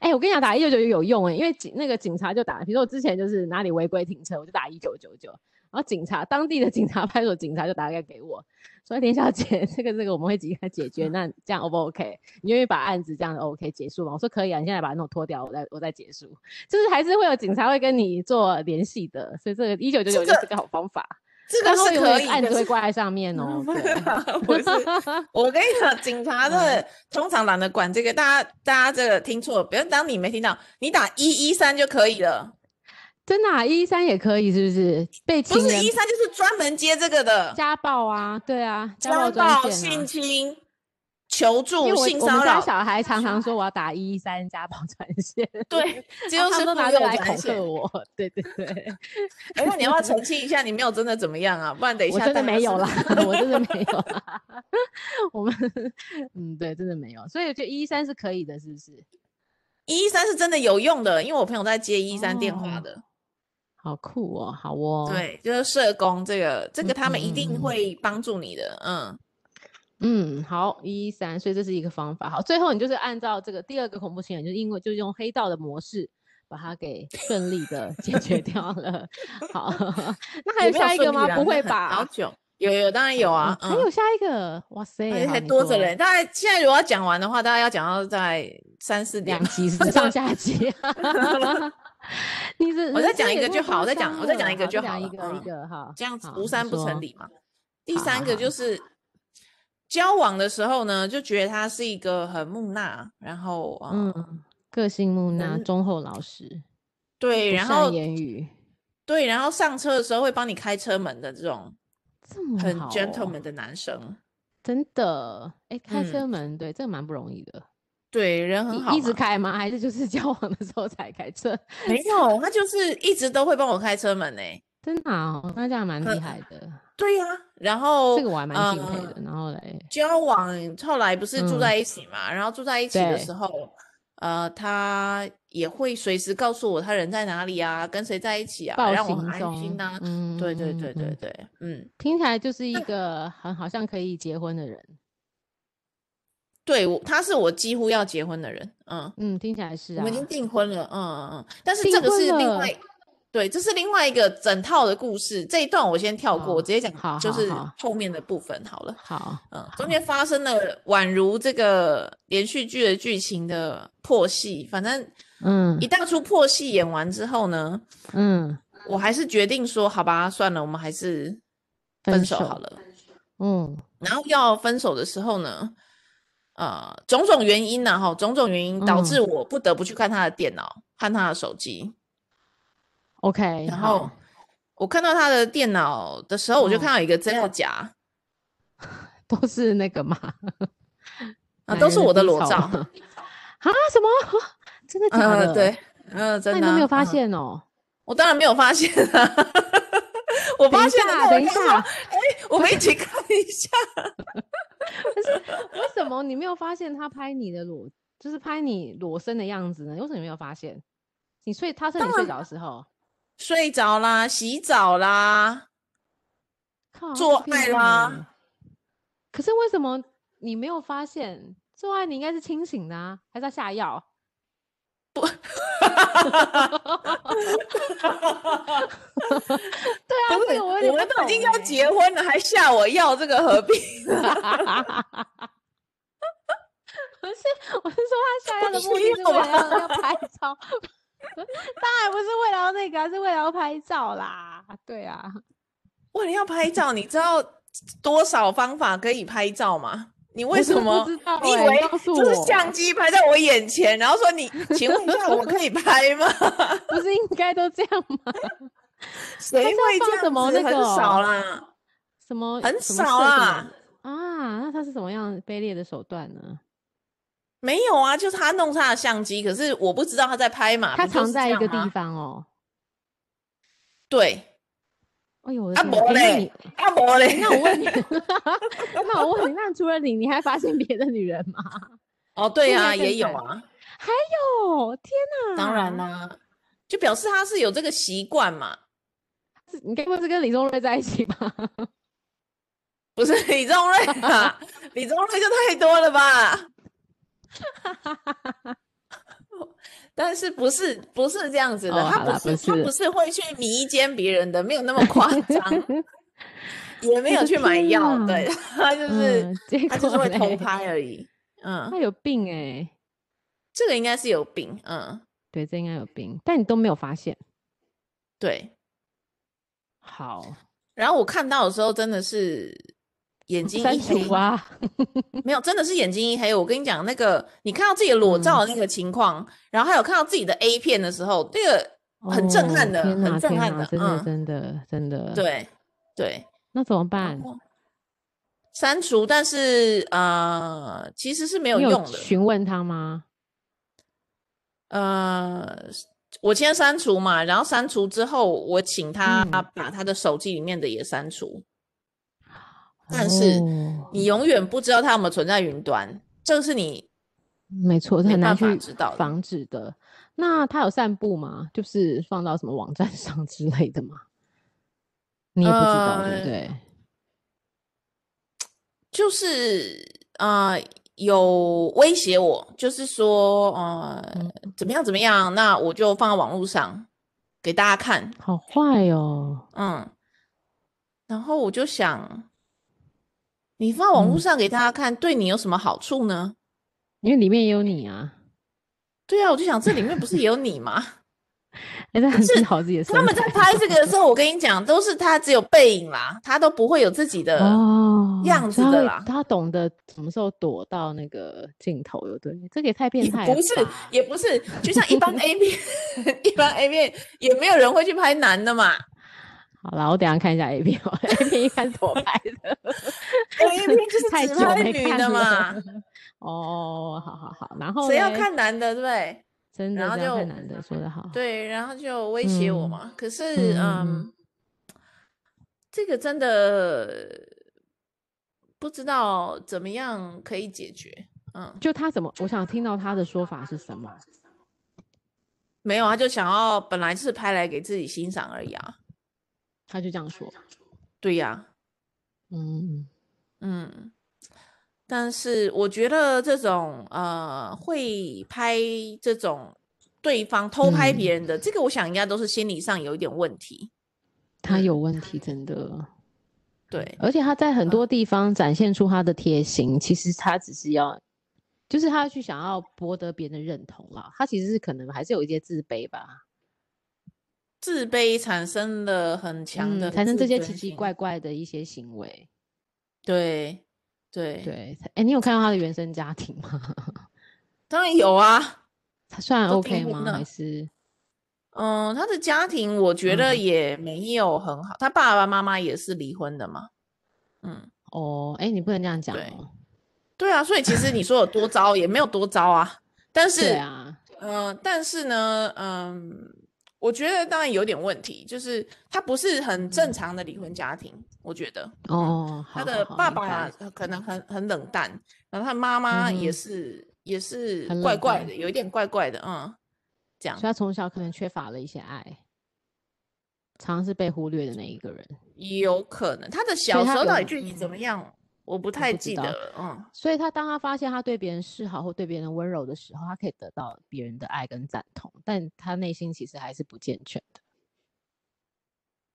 [SPEAKER 1] 哎、我跟你讲，打一九九九有用哎、因为警那个警察就打，比如说我之前就是哪里违规停车，我就打一九九九，然后警察当地的警察派出所警察就打电话给我，说林小姐，这个这个我们会解解决， 那这样 O 不 OK？你愿意把案子这样子 OK 结束吗？我说可以啊，你现在把那种脱掉，我再我再结束，就是还是会有警察会跟你做联系的，所以这个一九九九
[SPEAKER 2] 这
[SPEAKER 1] 就
[SPEAKER 2] 个
[SPEAKER 1] 是个好方法，
[SPEAKER 2] 这
[SPEAKER 1] 但
[SPEAKER 2] 个
[SPEAKER 1] 会
[SPEAKER 2] 是可以
[SPEAKER 1] 案
[SPEAKER 2] 的，
[SPEAKER 1] 子
[SPEAKER 2] 是
[SPEAKER 1] 会挂在上面哦，对 嗯
[SPEAKER 2] 不是，我跟你讲，警察的通常懒得管这个，大家大家这个听错了，不要当你没听到，你打一一三就可以了，
[SPEAKER 1] 真的啊，一三也可以是不是？被
[SPEAKER 2] 不
[SPEAKER 1] 情
[SPEAKER 2] 是
[SPEAKER 1] 人
[SPEAKER 2] 一三就是专门接这个的，
[SPEAKER 1] 家暴啊，对啊，
[SPEAKER 2] 家
[SPEAKER 1] 暴专
[SPEAKER 2] 暴、
[SPEAKER 1] 线啊
[SPEAKER 2] 性。侵、求
[SPEAKER 1] 因为
[SPEAKER 2] 助、
[SPEAKER 1] 我
[SPEAKER 2] 性
[SPEAKER 1] 我们
[SPEAKER 2] 骚
[SPEAKER 1] 家
[SPEAKER 2] 扰，
[SPEAKER 1] 小孩常常说我要打一一三家暴专线，
[SPEAKER 2] 对，这
[SPEAKER 1] 他
[SPEAKER 2] 就
[SPEAKER 1] 们
[SPEAKER 2] 是
[SPEAKER 1] 都
[SPEAKER 2] 妇
[SPEAKER 1] 拿着
[SPEAKER 2] 幼
[SPEAKER 1] 来恐
[SPEAKER 2] 专线
[SPEAKER 1] 吓。我。对对对，
[SPEAKER 2] 哎，那你要不要澄清一下，你没有真的怎么样啊？不然等一
[SPEAKER 1] 我
[SPEAKER 2] 下
[SPEAKER 1] 真的
[SPEAKER 2] 大家
[SPEAKER 1] 没
[SPEAKER 2] 是
[SPEAKER 1] 有
[SPEAKER 2] 不
[SPEAKER 1] 啦
[SPEAKER 2] 是，
[SPEAKER 1] 我真的没有啦。 我们嗯，对，真的没有，所以我觉得一一三是可以的，是不是？
[SPEAKER 2] 一一三是真的有用的，因为我朋友在接一三电话
[SPEAKER 1] 哦
[SPEAKER 2] 的，
[SPEAKER 1] 好酷哦，好哦。，
[SPEAKER 2] 对，就是社工这个这个
[SPEAKER 1] 嗯
[SPEAKER 2] 他们一
[SPEAKER 1] 嗯嗯
[SPEAKER 2] 定
[SPEAKER 1] 嗯
[SPEAKER 2] 会帮助你的，嗯，
[SPEAKER 1] 嗯，好，一一三，所以这是一个方法。好，最后你就是按照这个第二个恐怖情人，就是因为就是用黑道的模式把它给顺利的解决 掉了。好， 那还
[SPEAKER 2] 也
[SPEAKER 1] 有
[SPEAKER 2] 没有
[SPEAKER 1] 下一个
[SPEAKER 2] 顺利
[SPEAKER 1] 吗？
[SPEAKER 2] 啦
[SPEAKER 1] 不
[SPEAKER 2] 那
[SPEAKER 1] 会
[SPEAKER 2] 很好
[SPEAKER 1] 吧？哎
[SPEAKER 2] 久有有，当然有啊，
[SPEAKER 1] 哦还
[SPEAKER 2] 嗯，
[SPEAKER 1] 有下一个，哇塞，
[SPEAKER 2] 而且
[SPEAKER 1] 好
[SPEAKER 2] 还
[SPEAKER 1] 你
[SPEAKER 2] 多
[SPEAKER 1] 说
[SPEAKER 2] 着嘞。大概现在如果要讲完的话，大概要讲到在三四点
[SPEAKER 1] 两。集 是上下集。啊 你是
[SPEAKER 2] 我
[SPEAKER 1] 人
[SPEAKER 2] 再
[SPEAKER 1] 生
[SPEAKER 2] 讲一
[SPEAKER 1] 也
[SPEAKER 2] 个
[SPEAKER 1] 太
[SPEAKER 2] 就好
[SPEAKER 1] 夸
[SPEAKER 2] 再讲
[SPEAKER 1] 张
[SPEAKER 2] 我再讲
[SPEAKER 1] 了
[SPEAKER 2] 一个
[SPEAKER 1] 好
[SPEAKER 2] 就
[SPEAKER 1] 再讲
[SPEAKER 2] 好
[SPEAKER 1] 一
[SPEAKER 2] 了
[SPEAKER 1] 个一
[SPEAKER 2] 嗯
[SPEAKER 1] 个哈。
[SPEAKER 2] 这样子
[SPEAKER 1] 好
[SPEAKER 2] 无三不成。
[SPEAKER 1] 你说
[SPEAKER 2] 理嘛。第
[SPEAKER 1] 好
[SPEAKER 2] 三
[SPEAKER 1] 啊
[SPEAKER 2] 个
[SPEAKER 1] 好
[SPEAKER 2] 就
[SPEAKER 1] 啊
[SPEAKER 2] 是交往的时候呢，就觉得他是一个很木讷，然后嗯，
[SPEAKER 1] 嗯，个性木讷，
[SPEAKER 2] 能
[SPEAKER 1] 忠厚老实，
[SPEAKER 2] 对，
[SPEAKER 1] 不
[SPEAKER 2] 然
[SPEAKER 1] 善
[SPEAKER 2] 后
[SPEAKER 1] 言语，
[SPEAKER 2] 对，然后上车的时候会帮你开车门的这种
[SPEAKER 1] 这么
[SPEAKER 2] 很
[SPEAKER 1] 好哦
[SPEAKER 2] gentleman 的男生，
[SPEAKER 1] 真的。哎，开
[SPEAKER 2] 嗯
[SPEAKER 1] 车门，对，这个蛮不容易的。
[SPEAKER 2] 对，人很
[SPEAKER 1] 一
[SPEAKER 2] 好嘛。
[SPEAKER 1] 一直开吗？还是就是 交往的时候才开车？
[SPEAKER 2] 没有，他就是一直都会帮我开车门呢、
[SPEAKER 1] 真的哦，那这样蛮
[SPEAKER 2] 可
[SPEAKER 1] 厉害的。
[SPEAKER 2] 对呀、然后
[SPEAKER 1] 这个我还蛮敬佩
[SPEAKER 2] 嗯
[SPEAKER 1] 的。然后嘞，
[SPEAKER 2] 交往后来不是住
[SPEAKER 1] 嗯
[SPEAKER 2] 在一起嘛，然后住在一起的
[SPEAKER 1] 对
[SPEAKER 2] 时候，呃，他也会随时告诉我他人在哪里啊，跟谁在一起啊，
[SPEAKER 1] 报
[SPEAKER 2] 让我很
[SPEAKER 1] 行
[SPEAKER 2] 安心
[SPEAKER 1] 踪
[SPEAKER 2] 呐、，
[SPEAKER 1] 嗯，
[SPEAKER 2] 对对
[SPEAKER 1] 嗯
[SPEAKER 2] 对
[SPEAKER 1] 嗯
[SPEAKER 2] 对
[SPEAKER 1] 嗯
[SPEAKER 2] 对，嗯，
[SPEAKER 1] 听起来就是一个很好像可以结婚的人。
[SPEAKER 2] 对我他是我几乎要结婚的人，嗯，
[SPEAKER 1] 嗯，听起来是
[SPEAKER 2] 我
[SPEAKER 1] 啊
[SPEAKER 2] 们已。经订婚了，嗯嗯嗯，但是
[SPEAKER 1] 订
[SPEAKER 2] 这个
[SPEAKER 1] 婚
[SPEAKER 2] 是另
[SPEAKER 1] 了
[SPEAKER 2] 外，对，这是另外一个整套的故事，这一段我先跳过，我
[SPEAKER 1] 哦
[SPEAKER 2] 直接讲
[SPEAKER 1] 好
[SPEAKER 2] 就
[SPEAKER 1] 好
[SPEAKER 2] 是
[SPEAKER 1] 好
[SPEAKER 2] 后面的部分好了。
[SPEAKER 1] 好，
[SPEAKER 2] 嗯，中间发生了宛如这个连续剧的剧情的破戏，反正
[SPEAKER 1] 嗯
[SPEAKER 2] 一大出破戏演完之后呢，
[SPEAKER 1] 嗯
[SPEAKER 2] 我还是决定说，好吧，算了，我们还是分
[SPEAKER 1] 分
[SPEAKER 2] 手
[SPEAKER 1] 手
[SPEAKER 2] 好了。
[SPEAKER 1] 嗯
[SPEAKER 2] 然后要分手的时候呢，呃，种种原因呢，哈，种种原因导致
[SPEAKER 1] 嗯
[SPEAKER 2] 我不得不去看他的电脑，看他的手机。
[SPEAKER 1] ，OK 好。
[SPEAKER 2] 然后我看到他的电脑的时候，我就
[SPEAKER 1] 哦
[SPEAKER 2] 看到有一个资料夹，
[SPEAKER 1] 都是那个嘛，
[SPEAKER 2] 啊，
[SPEAKER 1] 男
[SPEAKER 2] 都
[SPEAKER 1] 人
[SPEAKER 2] 是我的
[SPEAKER 1] 低
[SPEAKER 2] 裸
[SPEAKER 1] 潮
[SPEAKER 2] 照。
[SPEAKER 1] 啊？什么？ 真 的假
[SPEAKER 2] 呃，
[SPEAKER 1] 的？
[SPEAKER 2] 对，，嗯，真
[SPEAKER 1] 那
[SPEAKER 2] 的
[SPEAKER 1] 你都没有
[SPEAKER 2] 啊
[SPEAKER 1] 发
[SPEAKER 2] 嗯
[SPEAKER 1] 现哦。
[SPEAKER 2] 我当然没有发现啊， 我
[SPEAKER 1] 等
[SPEAKER 2] 发
[SPEAKER 1] 一
[SPEAKER 2] 现
[SPEAKER 1] 下，
[SPEAKER 2] 了。
[SPEAKER 1] 等一下，，
[SPEAKER 2] 我们一起看一下。
[SPEAKER 1] 为什么你没有发现他拍你的裸，就是拍你裸身的样子呢？为什么你没有发现？你睡，他趁你睡着的时候，
[SPEAKER 2] 睡着啦，洗澡啦，
[SPEAKER 1] 靠，他
[SPEAKER 2] 做
[SPEAKER 1] 是变
[SPEAKER 2] 爱
[SPEAKER 1] 态
[SPEAKER 2] 啦
[SPEAKER 1] 欸。可是为什么你没有发现做爱？你应该是清醒的啊，还是要下药？ 啊对啊，
[SPEAKER 2] 不
[SPEAKER 1] 这
[SPEAKER 2] 是，
[SPEAKER 1] 个我有点
[SPEAKER 2] 我们
[SPEAKER 1] 不
[SPEAKER 2] 都已经要
[SPEAKER 1] 懂欸
[SPEAKER 2] 结婚了，还吓我要这个，何必 呢？
[SPEAKER 1] 不是， 我是说他下
[SPEAKER 2] 不
[SPEAKER 1] 药的
[SPEAKER 2] 需
[SPEAKER 1] 目的是
[SPEAKER 2] 要
[SPEAKER 1] 为了
[SPEAKER 2] 吧
[SPEAKER 1] 要要拍照，当然不是为了要那个啊，是为了要拍照啦。对啊，
[SPEAKER 2] 为了要拍照，你知道多少方法可以拍照吗？你为
[SPEAKER 1] 我
[SPEAKER 2] 什
[SPEAKER 1] 真的不
[SPEAKER 2] 么？
[SPEAKER 1] 知道
[SPEAKER 2] 你以
[SPEAKER 1] 欸
[SPEAKER 2] 为
[SPEAKER 1] 告诉
[SPEAKER 2] 就是
[SPEAKER 1] 我
[SPEAKER 2] 相机拍在我眼前，然后说你，请问一下，我可以拍吗？
[SPEAKER 1] 不是应该都这样吗？
[SPEAKER 2] 谁
[SPEAKER 1] 是要
[SPEAKER 2] 会
[SPEAKER 1] 放
[SPEAKER 2] 这
[SPEAKER 1] 什
[SPEAKER 2] 样
[SPEAKER 1] 么
[SPEAKER 2] 子？
[SPEAKER 1] 那
[SPEAKER 2] 很
[SPEAKER 1] 个
[SPEAKER 2] 少
[SPEAKER 1] 哦
[SPEAKER 2] 啦，
[SPEAKER 1] 什么
[SPEAKER 2] 很
[SPEAKER 1] 什么
[SPEAKER 2] 少
[SPEAKER 1] 设定
[SPEAKER 2] 啦。
[SPEAKER 1] 啊？那他是什么样卑劣的手段呢？
[SPEAKER 2] 没有啊，就是他弄他的相机，可是我不知道他在拍嘛。
[SPEAKER 1] 他
[SPEAKER 2] 不就
[SPEAKER 1] 藏
[SPEAKER 2] 是
[SPEAKER 1] 在
[SPEAKER 2] 这
[SPEAKER 1] 一
[SPEAKER 2] 样啊
[SPEAKER 1] 个地
[SPEAKER 2] 吗。
[SPEAKER 1] 方哦。
[SPEAKER 2] 对，
[SPEAKER 1] 哎呦，我
[SPEAKER 2] 啊
[SPEAKER 1] 的
[SPEAKER 2] 没
[SPEAKER 1] 天哪！哎
[SPEAKER 2] 嘞阿伯嘞，
[SPEAKER 1] 那你那我问你，哎那我问你，那除了你，你还发现别的女人吗？
[SPEAKER 2] 哦，对
[SPEAKER 1] 另
[SPEAKER 2] 啊，
[SPEAKER 1] 外一个
[SPEAKER 2] 也有
[SPEAKER 1] 人
[SPEAKER 2] 啊，哦
[SPEAKER 1] 哟，天哪！
[SPEAKER 2] 当然
[SPEAKER 1] 啊
[SPEAKER 2] 啦、就表示他是有这个习惯嘛。
[SPEAKER 1] 是，你该不会是跟李宗瑞在一起吧？
[SPEAKER 2] 不是李宗瑞啊，李宗瑞就太多了吧？ 但是不是不是这样子的，
[SPEAKER 1] 哦
[SPEAKER 2] 他
[SPEAKER 1] 好
[SPEAKER 2] 不
[SPEAKER 1] 啦
[SPEAKER 2] 是
[SPEAKER 1] 不
[SPEAKER 2] 他不是会去迷奸别人的，没有那么夸 张，也没
[SPEAKER 1] 我
[SPEAKER 2] 有
[SPEAKER 1] 的
[SPEAKER 2] 去买
[SPEAKER 1] 天
[SPEAKER 2] 药，
[SPEAKER 1] 哪
[SPEAKER 2] 对，他就是、
[SPEAKER 1] 嗯，结
[SPEAKER 2] 他
[SPEAKER 1] 果
[SPEAKER 2] 就是会偷
[SPEAKER 1] 嘞，
[SPEAKER 2] 拍而已。嗯，
[SPEAKER 1] 他有病哎、
[SPEAKER 2] 这个应该是有病。嗯，
[SPEAKER 1] 对，这应该有病，但你都没有发现。
[SPEAKER 2] 对。
[SPEAKER 1] 好，
[SPEAKER 2] 然后我看到的时候真的是眼睛
[SPEAKER 1] 删
[SPEAKER 2] 一黑
[SPEAKER 1] 除，啊，
[SPEAKER 2] 没有，真的是眼睛一黑。我跟你讲，那个你看到自己裸照的那个情况，然后还有看到自己的 A 片的时候，那个很震撼
[SPEAKER 1] 哦
[SPEAKER 2] 的，
[SPEAKER 1] 天哪
[SPEAKER 2] 很震
[SPEAKER 1] 天
[SPEAKER 2] 撼
[SPEAKER 1] 哪
[SPEAKER 2] 的。
[SPEAKER 1] 真的
[SPEAKER 2] 嗯，
[SPEAKER 1] 真的真的。，
[SPEAKER 2] 对对。
[SPEAKER 1] 那怎么
[SPEAKER 2] 然
[SPEAKER 1] 办？
[SPEAKER 2] 后删除，但是呃，其实是没有
[SPEAKER 1] 你
[SPEAKER 2] 用
[SPEAKER 1] 有
[SPEAKER 2] 的。
[SPEAKER 1] 询问他吗？
[SPEAKER 2] 呃，我先删除嘛，然后删除之后，我请他
[SPEAKER 1] 嗯
[SPEAKER 2] 把他的手机里面的也删除。哦但是
[SPEAKER 1] 哦
[SPEAKER 2] 你永远不知道它有没有存在云端，这个是你
[SPEAKER 1] 没错，这
[SPEAKER 2] 没
[SPEAKER 1] 很难
[SPEAKER 2] 办法
[SPEAKER 1] 去
[SPEAKER 2] 知道的
[SPEAKER 1] 防止的。那他有散布吗？就是放到什么网站 上之类的吗？你也不知道，对
[SPEAKER 2] 呃
[SPEAKER 1] 不对？
[SPEAKER 2] 就是呃，有威胁我，就是说，呃，
[SPEAKER 1] 嗯
[SPEAKER 2] 怎么样怎么样，那我就放在网络上给大家看，
[SPEAKER 1] 好坏哦，
[SPEAKER 2] 嗯，然后我就想，你放网络
[SPEAKER 1] 嗯
[SPEAKER 2] 上给大家看，对你有什么好处呢？
[SPEAKER 1] 因为里面也有你啊，
[SPEAKER 2] 对啊，我就想这里面不是也有你吗？
[SPEAKER 1] 哎，他很
[SPEAKER 2] 是
[SPEAKER 1] 自豪自己的身
[SPEAKER 2] 他们在
[SPEAKER 1] 材
[SPEAKER 2] 拍这个的时候，我跟你讲，都是他只有背影啦，他都不会有自己的。
[SPEAKER 1] 哦
[SPEAKER 2] 样
[SPEAKER 1] 所以
[SPEAKER 2] 子
[SPEAKER 1] 他
[SPEAKER 2] 的
[SPEAKER 1] 会
[SPEAKER 2] 啦
[SPEAKER 1] 他懂得什么时候躲到那个镜头，对不对？这个也太变
[SPEAKER 2] 也
[SPEAKER 1] 态了吧，
[SPEAKER 2] 不是，也不是，就像一般 A 片， 一般 A 片也没有人会去拍男的嘛。
[SPEAKER 1] 好啦，我等一下看一下 A 片 哦，A 片一看 是我拍的
[SPEAKER 2] A 片 就是
[SPEAKER 1] 太
[SPEAKER 2] 只
[SPEAKER 1] 久
[SPEAKER 2] 拍
[SPEAKER 1] 没
[SPEAKER 2] 女
[SPEAKER 1] 看
[SPEAKER 2] 的
[SPEAKER 1] 了
[SPEAKER 2] 嘛，
[SPEAKER 1] 哦，好好好，然后
[SPEAKER 2] 谁要
[SPEAKER 1] 嘞？
[SPEAKER 2] 看男的，对不对？
[SPEAKER 1] 真的
[SPEAKER 2] 然后
[SPEAKER 1] 这样太
[SPEAKER 2] 就
[SPEAKER 1] 难得，说的好，
[SPEAKER 2] 对，然后就威胁我
[SPEAKER 1] 嗯
[SPEAKER 2] 嘛。可是，
[SPEAKER 1] 嗯嗯
[SPEAKER 2] 嗯，这个真的不知道怎么样可以解决。嗯，
[SPEAKER 1] 就他怎么，我想听到他的说法是什么？
[SPEAKER 2] 没有，他啊就想要本来是拍来给自己欣赏而已啊。
[SPEAKER 1] 他就这样说，
[SPEAKER 2] 对呀、
[SPEAKER 1] 嗯，
[SPEAKER 2] 嗯，但是我觉得这种呃，会拍这种对方偷拍
[SPEAKER 1] 嗯
[SPEAKER 2] 别人的，这个我想应该都是心理上有一点问题。
[SPEAKER 1] 他
[SPEAKER 2] 嗯
[SPEAKER 1] 有问题，真的。
[SPEAKER 2] 对，
[SPEAKER 1] 而且他在很多地方展现出他的贴心，其实他只是要，就是他去想要博得别人的认同啦。他其实是可能还是有一些自卑吧，
[SPEAKER 2] 自卑产生了很强的
[SPEAKER 1] 嗯，才能这
[SPEAKER 2] 自
[SPEAKER 1] 些
[SPEAKER 2] 尊
[SPEAKER 1] 奇奇
[SPEAKER 2] 心。
[SPEAKER 1] 怪怪的一些行为。
[SPEAKER 2] 对对，
[SPEAKER 1] 对，哎、你有看到他的原生家庭吗？
[SPEAKER 2] 当然有啊。
[SPEAKER 1] 他算
[SPEAKER 2] 都订
[SPEAKER 1] OK
[SPEAKER 2] 婚
[SPEAKER 1] 吗？
[SPEAKER 2] 了
[SPEAKER 1] 还是
[SPEAKER 2] 嗯，他的家庭我觉得
[SPEAKER 1] 嗯
[SPEAKER 2] 也没有很好，他爸爸妈妈也是离婚的嘛。嗯，
[SPEAKER 1] 哦，哎、你不能这样讲
[SPEAKER 2] 对
[SPEAKER 1] 哦。
[SPEAKER 2] 对啊，所以其实你说有多糟也没有多糟啊，但
[SPEAKER 1] 对
[SPEAKER 2] 是
[SPEAKER 1] 啊，
[SPEAKER 2] 嗯、呃但是呢，嗯，我觉得当然有点问题，就是他不是很
[SPEAKER 1] 嗯
[SPEAKER 2] 正常的离婚家庭，我觉得
[SPEAKER 1] 哦，
[SPEAKER 2] 嗯他
[SPEAKER 1] 好
[SPEAKER 2] 的
[SPEAKER 1] 好好
[SPEAKER 2] 爸
[SPEAKER 1] 明白
[SPEAKER 2] 爸呃可能很很冷淡，然后他妈妈
[SPEAKER 1] 嗯
[SPEAKER 2] 也
[SPEAKER 1] 哼
[SPEAKER 2] 是、也是
[SPEAKER 1] 很
[SPEAKER 2] 怪
[SPEAKER 1] 冷
[SPEAKER 2] 怪
[SPEAKER 1] 淡
[SPEAKER 2] 的，有一点怪怪的，嗯，这样
[SPEAKER 1] 所以他从小可能缺乏了一些爱，常常是被忽略的那一个人。
[SPEAKER 2] 有可能他的
[SPEAKER 1] 以
[SPEAKER 2] 小时
[SPEAKER 1] 他
[SPEAKER 2] 候
[SPEAKER 1] 有
[SPEAKER 2] 到底
[SPEAKER 1] 了
[SPEAKER 2] 具体怎么
[SPEAKER 1] 嗯
[SPEAKER 2] 样，我不太
[SPEAKER 1] 不知
[SPEAKER 2] 记得
[SPEAKER 1] 道
[SPEAKER 2] 了，嗯。
[SPEAKER 1] 所以他当他发现他对别人示好或对别人温柔的时候，他可以得到别人的爱跟赞同，但他内心其实还是不健全的。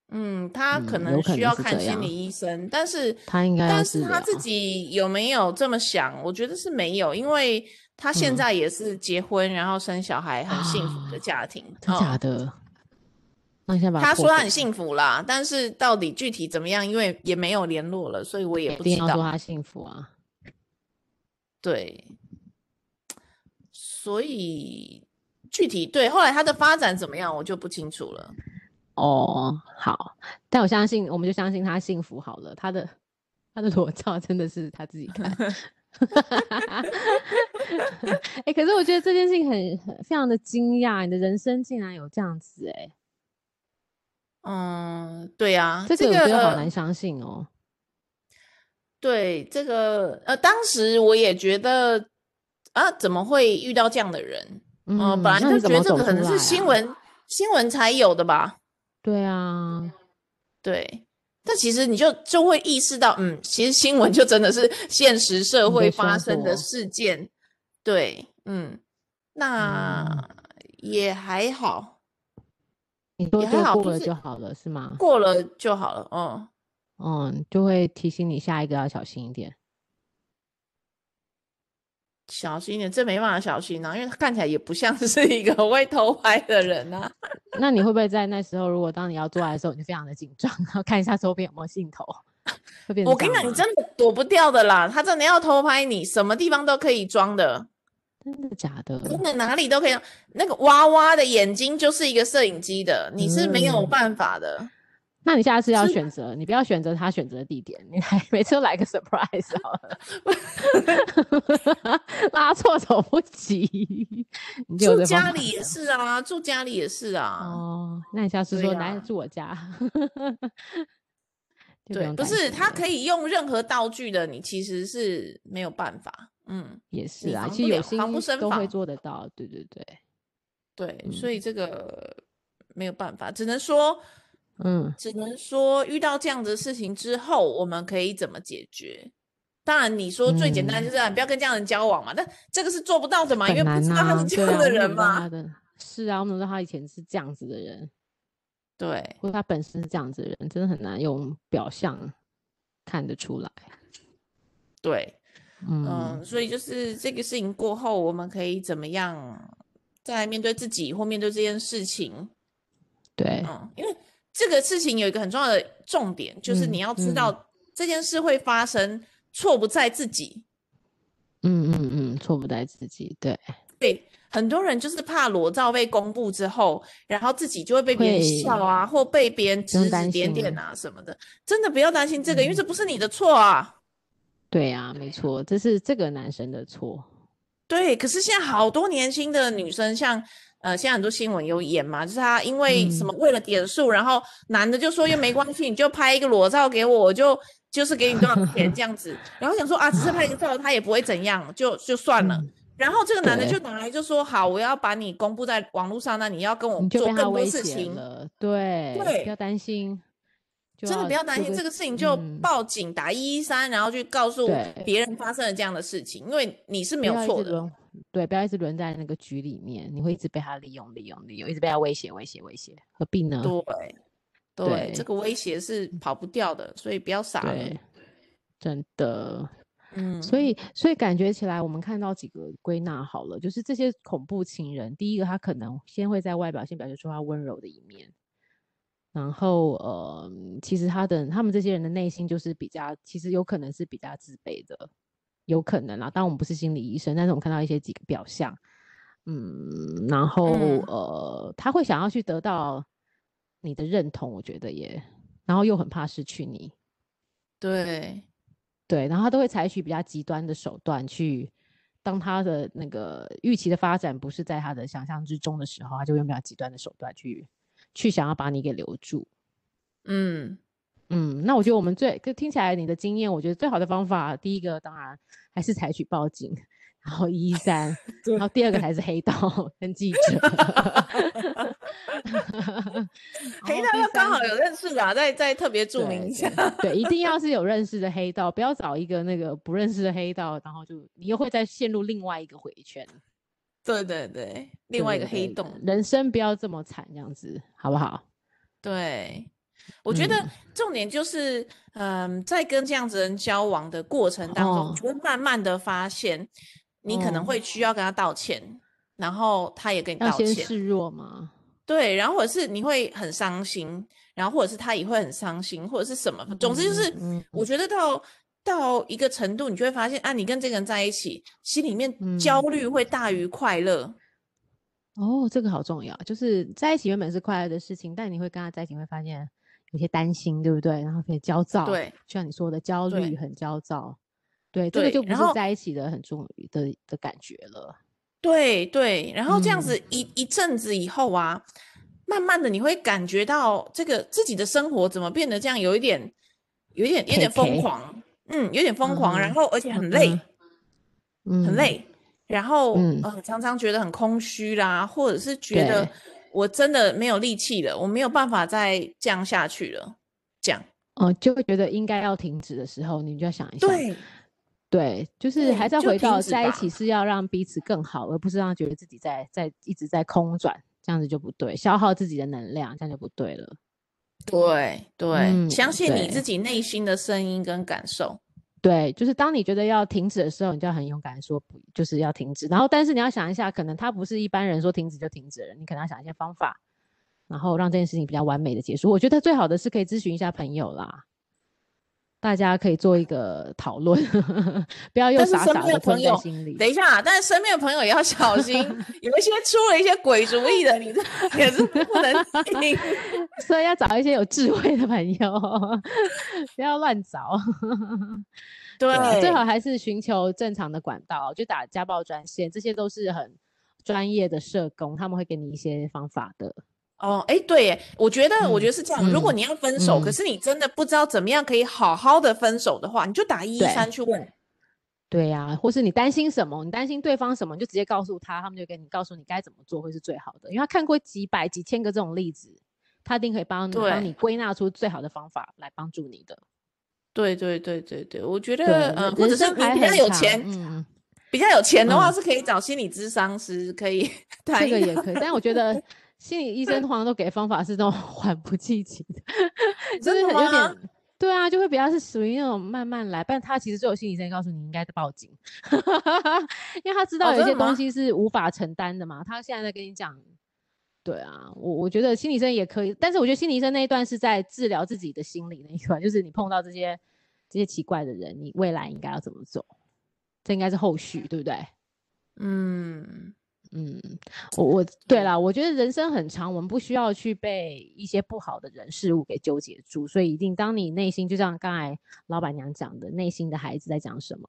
[SPEAKER 2] 嗯，他可
[SPEAKER 1] 嗯有
[SPEAKER 2] 能
[SPEAKER 1] 可能
[SPEAKER 2] 需要
[SPEAKER 1] 是
[SPEAKER 2] 看
[SPEAKER 1] 这
[SPEAKER 2] 心
[SPEAKER 1] 样
[SPEAKER 2] 理医生，但是
[SPEAKER 1] 他应该要
[SPEAKER 2] 但
[SPEAKER 1] 治
[SPEAKER 2] 是他自
[SPEAKER 1] 疗啊
[SPEAKER 2] 己有没有这么想？我觉得是没有，因为他现
[SPEAKER 1] 嗯
[SPEAKER 2] 在也是结婚，然后生小孩，很幸福的
[SPEAKER 1] 啊
[SPEAKER 2] 家庭。
[SPEAKER 1] 真假
[SPEAKER 2] 嗯
[SPEAKER 1] 的？那你先把
[SPEAKER 2] 他
[SPEAKER 1] 破
[SPEAKER 2] 说他
[SPEAKER 1] 解
[SPEAKER 2] 很幸福啦，但是到底具体怎么样，因为也没有联络了，所以我也
[SPEAKER 1] 一
[SPEAKER 2] 不
[SPEAKER 1] 定
[SPEAKER 2] 知
[SPEAKER 1] 要说
[SPEAKER 2] 道。
[SPEAKER 1] 他幸福啊！
[SPEAKER 2] 对，所以具体对后来他的发展怎么样，我就不清楚了。
[SPEAKER 1] 哦，好，但我相信，我们就相信他幸福好了。他的他的裸照真的是他自己看。 哎、可是我觉得这件事情很很非常的惊讶，你的人生竟然有这样子哎、
[SPEAKER 2] 嗯，对啊，
[SPEAKER 1] 这个
[SPEAKER 2] 个
[SPEAKER 1] 我觉得好难相信哦。
[SPEAKER 2] 对，这个呃，当时我也觉得啊，怎么会遇到这样的人？
[SPEAKER 1] 嗯
[SPEAKER 2] 呃本来
[SPEAKER 1] 那
[SPEAKER 2] 就
[SPEAKER 1] 你
[SPEAKER 2] 觉
[SPEAKER 1] 怎
[SPEAKER 2] 得
[SPEAKER 1] 么
[SPEAKER 2] 这
[SPEAKER 1] 走
[SPEAKER 2] 个可
[SPEAKER 1] 出
[SPEAKER 2] 能
[SPEAKER 1] 来
[SPEAKER 2] 是新
[SPEAKER 1] 啊
[SPEAKER 2] 闻、新闻才有的吧？
[SPEAKER 1] 对
[SPEAKER 2] 嗯
[SPEAKER 1] 啊，
[SPEAKER 2] 对，但其实你就就会意识到，嗯，其实新闻就真的是现实社
[SPEAKER 1] 你的
[SPEAKER 2] 会发
[SPEAKER 1] 生
[SPEAKER 2] 生的
[SPEAKER 1] 活
[SPEAKER 2] 事件。对，嗯，那
[SPEAKER 1] 嗯
[SPEAKER 2] 也还好，
[SPEAKER 1] 你都
[SPEAKER 2] 也还
[SPEAKER 1] 对
[SPEAKER 2] 好就
[SPEAKER 1] 过了
[SPEAKER 2] 是
[SPEAKER 1] 就好了，是吗？
[SPEAKER 2] 过了就好了。嗯，
[SPEAKER 1] 嗯，就会提醒你下一个要小心一点。
[SPEAKER 2] 小心一点，这没办法小心啊，因为他看起来也不像是一个会偷拍的人啊。
[SPEAKER 1] 那你会不会在那时候，如果当你要做爱的时候，你就非常的紧张，然后看一下周边有没有镜头？会变成
[SPEAKER 2] 我跟你
[SPEAKER 1] 这样
[SPEAKER 2] 讲，你
[SPEAKER 1] 吗
[SPEAKER 2] 真的躲不掉的啦，他真的要偷拍你，什么地方都可以装的，
[SPEAKER 1] 真的假的？
[SPEAKER 2] 真的哪里都可以。那个娃娃的眼睛就是一个摄影机的，你是没有
[SPEAKER 1] 嗯
[SPEAKER 2] 办法的。
[SPEAKER 1] 那你下次要
[SPEAKER 2] 是
[SPEAKER 1] 选择，你不要选择他选择的地点，你来每次都来个 surprise 好了，拉错手不及。你就有
[SPEAKER 2] 住
[SPEAKER 1] 这方法
[SPEAKER 2] 家里也
[SPEAKER 1] 了
[SPEAKER 2] 是啊，住家里也是啊。
[SPEAKER 1] 哦，那你下次
[SPEAKER 2] 对
[SPEAKER 1] 说
[SPEAKER 2] 呀
[SPEAKER 1] 来住我家，就
[SPEAKER 2] 对，
[SPEAKER 1] 用
[SPEAKER 2] 不
[SPEAKER 1] 担
[SPEAKER 2] 是
[SPEAKER 1] 心
[SPEAKER 2] 他
[SPEAKER 1] 了
[SPEAKER 2] 可以用任何道具的，你其实是没有办法。嗯，
[SPEAKER 1] 也是
[SPEAKER 2] 你
[SPEAKER 1] 啊，
[SPEAKER 2] 防
[SPEAKER 1] 其
[SPEAKER 2] 不
[SPEAKER 1] 实有
[SPEAKER 2] 了
[SPEAKER 1] 心
[SPEAKER 2] 防不胜
[SPEAKER 1] 都
[SPEAKER 2] 防
[SPEAKER 1] 会做得到，对对对，
[SPEAKER 2] 对，所以这个没有办法，只能说，
[SPEAKER 1] 嗯，
[SPEAKER 2] 只能说遇到这样的事情之后，我们可以怎么解决？当然，你说最简单就是、啊你不要跟这样的人交往嘛，但这个是做不到的嘛，因为
[SPEAKER 1] 嗯很
[SPEAKER 2] 不
[SPEAKER 1] 难
[SPEAKER 2] 知道他
[SPEAKER 1] 啊，
[SPEAKER 2] 是
[SPEAKER 1] 对
[SPEAKER 2] 这样
[SPEAKER 1] 啊
[SPEAKER 2] 的
[SPEAKER 1] 我们怎
[SPEAKER 2] 人
[SPEAKER 1] 么知道
[SPEAKER 2] 嘛。
[SPEAKER 1] 他的是啊，我们怎么知道他以前是这样子的人，
[SPEAKER 2] 对，
[SPEAKER 1] 或者他本身是这样子的人，真的很难用表象看得出来。
[SPEAKER 2] 对，
[SPEAKER 1] 嗯，
[SPEAKER 2] 嗯，所以就是这个事情过后，我们可以怎么样再面对自己或面对这件事情？
[SPEAKER 1] 对，
[SPEAKER 2] 嗯，因为这个事情有一个很重要的重点，就是
[SPEAKER 1] 嗯
[SPEAKER 2] 你要知
[SPEAKER 1] 嗯
[SPEAKER 2] 道这件事会发生，错不在自己。
[SPEAKER 1] 嗯嗯嗯，错不在自己，对，
[SPEAKER 2] 对，很多人就是怕裸照被公布之后，然后自己就会被别人
[SPEAKER 1] 会
[SPEAKER 2] 笑啊，或被别人
[SPEAKER 1] 不用
[SPEAKER 2] 指指
[SPEAKER 1] 担
[SPEAKER 2] 点
[SPEAKER 1] 心嗯
[SPEAKER 2] 点啊什么的。真的不要担心这个，因为这不是你的错啊。
[SPEAKER 1] 对啊，没错，这是这个男生的错。
[SPEAKER 2] 对，可是现在好多年轻的女生，像呃，现在很多新闻有演嘛，就是她因为什
[SPEAKER 1] 嗯
[SPEAKER 2] 么为了点数，然后男的就说又没关系，你就拍一个裸照给我，我就就是给你多少钱这样子。然后想说啊，只是拍个照，他也不会怎样，就就算了。
[SPEAKER 1] 嗯
[SPEAKER 2] 然后这个男的就拿来就说好，我要把你公布在网络上，那你要跟我
[SPEAKER 1] 你就
[SPEAKER 2] 做
[SPEAKER 1] 被他
[SPEAKER 2] 更多
[SPEAKER 1] 威
[SPEAKER 2] 事
[SPEAKER 1] 胁
[SPEAKER 2] 情。
[SPEAKER 1] 了，对，
[SPEAKER 2] 对
[SPEAKER 1] 不要担心，就
[SPEAKER 2] 真的不要担
[SPEAKER 1] 就
[SPEAKER 2] 心
[SPEAKER 1] 会
[SPEAKER 2] 这个事情，就
[SPEAKER 1] 嗯
[SPEAKER 2] 报警打一一三，然后去告诉
[SPEAKER 1] 对
[SPEAKER 2] 别人发生了这样的事情，因为你是
[SPEAKER 1] 不
[SPEAKER 2] 没有
[SPEAKER 1] 要一
[SPEAKER 2] 错
[SPEAKER 1] 直
[SPEAKER 2] 的。
[SPEAKER 1] 轮对，不要一直轮在那个局里面，你会一直被他利用、利用、利用，一直被他威胁、威胁、威胁，何必呢？
[SPEAKER 2] 对，对，
[SPEAKER 1] 对
[SPEAKER 2] 这个威胁是跑不掉的，所以不要傻了
[SPEAKER 1] 对。，真的。
[SPEAKER 2] 嗯，
[SPEAKER 1] 所以，所以感觉起来，我们看到几个归纳好了，就是这些恐怖情人，第一个他可能先会在外表先表现出他温柔的一面，然后呃，其实他的他们这些人的内心就是比较，其实有可能是比较自卑的，有可能啦。当然我们不是心理医生，但是我们看到一些几个表象，嗯，然后、
[SPEAKER 2] 嗯
[SPEAKER 1] 呃，他会想要去得到你的认同，我觉得也，然后又很怕失去你，
[SPEAKER 2] 对，
[SPEAKER 1] 对，然后他都会采取比较极端的手段去，当他的那个预期的发展不是在他的想象之中的时候，他就用比较极端的手段去去想要把你给留住。
[SPEAKER 2] 嗯，
[SPEAKER 1] 嗯，那我觉得我们最就听起来你的经验，我觉得最好的方法，第一个当然还是采取报警，然后一一 三，然后第二个才是黑道跟记者。
[SPEAKER 2] 黑
[SPEAKER 1] 然后
[SPEAKER 2] 道
[SPEAKER 1] 哦第
[SPEAKER 2] 要刚
[SPEAKER 1] 三
[SPEAKER 2] 好
[SPEAKER 1] 个
[SPEAKER 2] 有认识的啊，再再特别注
[SPEAKER 1] 对
[SPEAKER 2] 明一下。
[SPEAKER 1] 对，一定要是有认识的黑道，不要找一个那个不认识的黑道，然后就你又会再陷入另外一个回圈，
[SPEAKER 2] 对对对，另外一个黑洞。
[SPEAKER 1] 人生不要这么惨，这样子好不好？
[SPEAKER 2] 对，我觉得
[SPEAKER 1] 嗯
[SPEAKER 2] 重点就是，嗯，在跟这样子人交往的过程当中，
[SPEAKER 1] 哦
[SPEAKER 2] 你会慢慢的发现，你可能
[SPEAKER 1] 哦
[SPEAKER 2] 会需要跟他道歉，然后他也跟你
[SPEAKER 1] 要
[SPEAKER 2] 道
[SPEAKER 1] 先
[SPEAKER 2] 歉。
[SPEAKER 1] 示弱嘛，
[SPEAKER 2] 对，然后或者是你会很伤心，然后或者是他也会很伤心，或者是什么，总之就是，
[SPEAKER 1] 嗯嗯
[SPEAKER 2] 我觉得到到一个程度，你就会发现，啊，你跟这个人在一起，心里面
[SPEAKER 1] 嗯
[SPEAKER 2] 焦虑会大于快乐。
[SPEAKER 1] 哦，这个好重要，就是在一起原本是快乐的事情，但你会跟他在一起，你会发现有些担心，对不对？然后可以焦躁，，
[SPEAKER 2] 对
[SPEAKER 1] 就像你说的焦
[SPEAKER 2] 对
[SPEAKER 1] 虑，很焦躁，对，这个
[SPEAKER 2] 对
[SPEAKER 1] 就不
[SPEAKER 2] 然
[SPEAKER 1] 是
[SPEAKER 2] 后
[SPEAKER 1] 在一起的很重的的感觉了，
[SPEAKER 2] 对对，然后这样
[SPEAKER 1] 嗯
[SPEAKER 2] 子一、一阵子以后啊，慢慢的你会感觉到这个自己的生活怎么变得这样，有一点，有一点，有点疯
[SPEAKER 1] KK
[SPEAKER 2] 狂，嗯，有点疯狂，
[SPEAKER 1] 嗯
[SPEAKER 2] 然后而且很
[SPEAKER 1] 嗯
[SPEAKER 2] 累。
[SPEAKER 1] 嗯嗯，
[SPEAKER 2] 很，累，然后
[SPEAKER 1] 嗯
[SPEAKER 2] 呃常常觉得很空虚啦，或者是觉得
[SPEAKER 1] 对
[SPEAKER 2] 我真的没有力气了，我没有办法再这样下去了，这样
[SPEAKER 1] 哦，就会觉得应该要停止的时候，你就要想一想，
[SPEAKER 2] 对
[SPEAKER 1] 对，就是还
[SPEAKER 2] 对
[SPEAKER 1] 是要
[SPEAKER 2] 就
[SPEAKER 1] 回
[SPEAKER 2] 停
[SPEAKER 1] 到
[SPEAKER 2] 止
[SPEAKER 1] 在一
[SPEAKER 2] 吧
[SPEAKER 1] 起是要让彼此更好，而不是让觉得自己在在一直在空转，这样子就不对，消耗自己的能量，这样就不对了。
[SPEAKER 2] 对对、
[SPEAKER 1] 嗯
[SPEAKER 2] 相信你
[SPEAKER 1] 对
[SPEAKER 2] 自己内心的声音跟感受，
[SPEAKER 1] 对，就是当你觉得要停止的时候，你就要很勇敢地说不，就是要停止。然后，但是你要想一下，可能他不是一般人说停止就停止的人，你可能要想一些方法，然后让这件事情比较完美的结束。我觉得最好的是可以咨询一下朋友啦，大家可以做一个讨论， 不要又
[SPEAKER 2] 但是
[SPEAKER 1] 傻
[SPEAKER 2] 身
[SPEAKER 1] 傻的
[SPEAKER 2] 边的朋
[SPEAKER 1] 吞在
[SPEAKER 2] 友
[SPEAKER 1] 心里。
[SPEAKER 2] 等一下，但是身边的朋友也要 小心，有一些出了一些鬼主意的，你这也是不能 听。
[SPEAKER 1] 所以要找一些有智慧的朋友， 不要乱找。
[SPEAKER 2] 对
[SPEAKER 1] 啊，最好还是寻求正常的管道，就打家暴专线，这些都是很专业的社工，他们会给你一些方法的。
[SPEAKER 2] 哦，哎，对耶，我觉得，我觉得
[SPEAKER 1] 嗯
[SPEAKER 2] 是这样。如果
[SPEAKER 1] 嗯
[SPEAKER 2] 你要分手，可
[SPEAKER 1] 嗯
[SPEAKER 2] 是你真的不知道怎么样可以好好的分手的话，你就打一一
[SPEAKER 1] 对
[SPEAKER 2] 三去问。
[SPEAKER 1] 对呀、或是你担心什么，你担心对方什么，你就直接告诉他，他们就给你告诉你该怎么做会是最好的，因为他看过几百、几千个这种例子，他一定可以帮你
[SPEAKER 2] 对
[SPEAKER 1] 帮你归纳出最好的方法来帮助你的。
[SPEAKER 2] 对对对对对，我觉
[SPEAKER 1] 对
[SPEAKER 2] 得，嗯，或
[SPEAKER 1] 人
[SPEAKER 2] 者是
[SPEAKER 1] 生
[SPEAKER 2] 你
[SPEAKER 1] 还
[SPEAKER 2] 比较
[SPEAKER 1] 很
[SPEAKER 2] 有
[SPEAKER 1] 长
[SPEAKER 2] 钱，
[SPEAKER 1] 嗯，
[SPEAKER 2] 比较有钱的话
[SPEAKER 1] 嗯
[SPEAKER 2] 是可以找心理咨商师，可以谈
[SPEAKER 1] 这
[SPEAKER 2] 一
[SPEAKER 1] 个也
[SPEAKER 2] 谈
[SPEAKER 1] 可以，但我觉得心理医生通常都给方法是那种 缓不济急 的，就
[SPEAKER 2] 真
[SPEAKER 1] 是
[SPEAKER 2] 的
[SPEAKER 1] 有
[SPEAKER 2] 吗
[SPEAKER 1] 点。对啊，就会比较是属于那种慢慢来，但他其实就有心理医生告诉你应该报警， 因为他知道
[SPEAKER 2] 哦
[SPEAKER 1] 有
[SPEAKER 2] 真
[SPEAKER 1] 些
[SPEAKER 2] 的
[SPEAKER 1] 东
[SPEAKER 2] 吗
[SPEAKER 1] 西是无法承担的嘛。他现在在跟你讲，对啊，我我觉得心理医生也可以，但是我觉得心理医生那一段是在治疗自己的心理那一段，就是你碰到这些这些奇怪的人，你未来应该要怎么走，这应该是后续，对不对？
[SPEAKER 2] 嗯，
[SPEAKER 1] 嗯，我我对
[SPEAKER 2] 嗯
[SPEAKER 1] 啦，我觉得人生很长，我们不需要去被一些不好的人事物给纠结住，所以一定当你内心就像刚才老板娘讲的，内心的孩子在讲什么，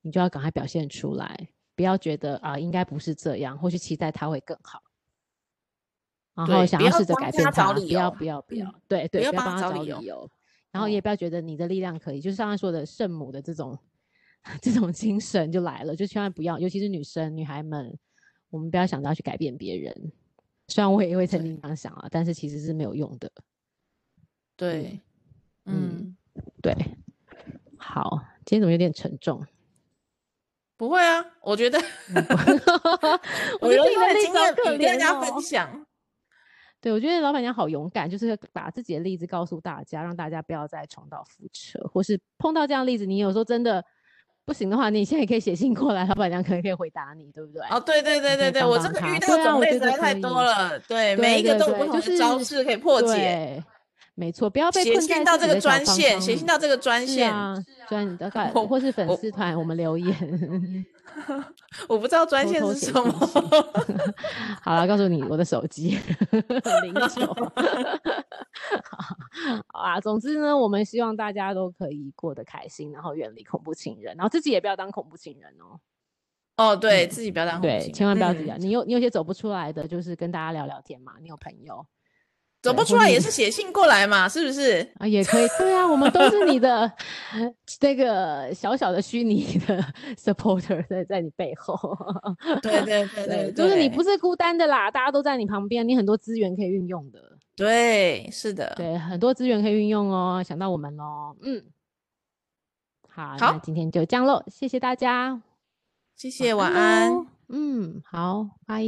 [SPEAKER 1] 你就要赶快表现出来，不要觉得啊、应该不是这样，或是期待他会更好，然后
[SPEAKER 2] 对
[SPEAKER 1] 想
[SPEAKER 2] 不
[SPEAKER 1] 要
[SPEAKER 2] 要
[SPEAKER 1] 试着
[SPEAKER 2] 帮
[SPEAKER 1] 改
[SPEAKER 2] 他
[SPEAKER 1] 变
[SPEAKER 2] 找
[SPEAKER 1] 他，
[SPEAKER 2] 理
[SPEAKER 1] 不要
[SPEAKER 2] 由
[SPEAKER 1] 不要不
[SPEAKER 2] 嗯
[SPEAKER 1] 要，对
[SPEAKER 2] 不
[SPEAKER 1] 对，
[SPEAKER 2] 要
[SPEAKER 1] 不要
[SPEAKER 2] 帮
[SPEAKER 1] 帮
[SPEAKER 2] 他
[SPEAKER 1] 他
[SPEAKER 2] 找
[SPEAKER 1] 找
[SPEAKER 2] 理由
[SPEAKER 1] 理由，然后
[SPEAKER 2] 嗯
[SPEAKER 1] 也不要觉得你的力量可以，就是刚才说的圣母的这种 这种精神就来了，就千万不要，尤其是女生女孩们，我们不要想着要去改变别人。虽然我也会曾
[SPEAKER 2] 对
[SPEAKER 1] 经这样想啊，但是其实是没有用的。
[SPEAKER 2] 对，
[SPEAKER 1] 嗯
[SPEAKER 2] 嗯，
[SPEAKER 1] 对，好，今天怎么有点沉重？
[SPEAKER 2] 不会啊，我觉得
[SPEAKER 1] 我觉得自己的例子好
[SPEAKER 2] 人生的经验
[SPEAKER 1] 可
[SPEAKER 2] 比大
[SPEAKER 1] 怜
[SPEAKER 2] 家分
[SPEAKER 1] 哦。
[SPEAKER 2] 享，
[SPEAKER 1] 对，我觉得老板娘好勇敢，就是把自己的例子告诉大家，让大家不要再重蹈覆辙，或是碰到这样的例子，你有时候真的不行的话，你现在也可以写信过来，老板娘可能可以回答你，对不对？
[SPEAKER 2] 哦，对对对
[SPEAKER 1] 你可以
[SPEAKER 2] 对对，
[SPEAKER 1] 帮
[SPEAKER 2] 我
[SPEAKER 1] 帮
[SPEAKER 2] 这个
[SPEAKER 1] 他
[SPEAKER 2] 遇
[SPEAKER 1] 对
[SPEAKER 2] 到
[SPEAKER 1] 啊
[SPEAKER 2] 种
[SPEAKER 1] 我
[SPEAKER 2] 类
[SPEAKER 1] 觉
[SPEAKER 2] 实
[SPEAKER 1] 得
[SPEAKER 2] 在太
[SPEAKER 1] 可
[SPEAKER 2] 多
[SPEAKER 1] 以
[SPEAKER 2] 了，
[SPEAKER 1] 对
[SPEAKER 2] 对，每一个
[SPEAKER 1] 对
[SPEAKER 2] 都有不
[SPEAKER 1] 对
[SPEAKER 2] 同
[SPEAKER 1] 就
[SPEAKER 2] 的招
[SPEAKER 1] 是
[SPEAKER 2] 式可以破解。
[SPEAKER 1] 对，没错，不要被
[SPEAKER 2] 写
[SPEAKER 1] 困在
[SPEAKER 2] 信到
[SPEAKER 1] 自
[SPEAKER 2] 这
[SPEAKER 1] 己
[SPEAKER 2] 个
[SPEAKER 1] 的小
[SPEAKER 2] 专
[SPEAKER 1] 方
[SPEAKER 2] 线，写
[SPEAKER 1] 框
[SPEAKER 2] 信
[SPEAKER 1] 里。
[SPEAKER 2] 到这个专
[SPEAKER 1] 是
[SPEAKER 2] 线，
[SPEAKER 1] 啊，专你的快，
[SPEAKER 2] 我
[SPEAKER 1] 或是粉
[SPEAKER 2] 我
[SPEAKER 1] 丝团，我们留言，
[SPEAKER 2] 我不知道专
[SPEAKER 1] 偷
[SPEAKER 2] 线
[SPEAKER 1] 偷
[SPEAKER 2] 是
[SPEAKER 1] 写
[SPEAKER 2] 什
[SPEAKER 1] 信息
[SPEAKER 2] 么。。
[SPEAKER 1] 好了，告诉你我的手机零九。好好啊，总之呢，我们希望大家都可以过得开心，然后远离恐怖情人，然后自己也不要当恐怖情人哦。
[SPEAKER 2] 哦，对
[SPEAKER 1] 嗯
[SPEAKER 2] 自己不要当红
[SPEAKER 1] 对，
[SPEAKER 2] 心
[SPEAKER 1] 千万不要自己啊。
[SPEAKER 2] 嗯
[SPEAKER 1] 你有你有些走不出来的，就是跟大家聊聊天嘛。你有朋友
[SPEAKER 2] 走
[SPEAKER 1] 对
[SPEAKER 2] 不
[SPEAKER 1] 或
[SPEAKER 2] 出来
[SPEAKER 1] 是
[SPEAKER 2] 也是写信过来嘛，是 不是？
[SPEAKER 1] 啊，也可以。对啊，我们都是你的那个小小的虚拟的 supporter 在在你背后。
[SPEAKER 2] 对对对
[SPEAKER 1] 就是你不
[SPEAKER 2] 是
[SPEAKER 1] 是孤单的啦，大家都在你旁边，你很多资源可以运用的。
[SPEAKER 2] 嗯对，是的，
[SPEAKER 1] 对，很多资源可以运用哦，想到我们喽，嗯，好，那
[SPEAKER 2] 好
[SPEAKER 1] 今天就这样喽，谢谢大家，
[SPEAKER 2] 谢谢，晚
[SPEAKER 1] 晚安
[SPEAKER 2] 安。
[SPEAKER 1] 喽，嗯，好，拜。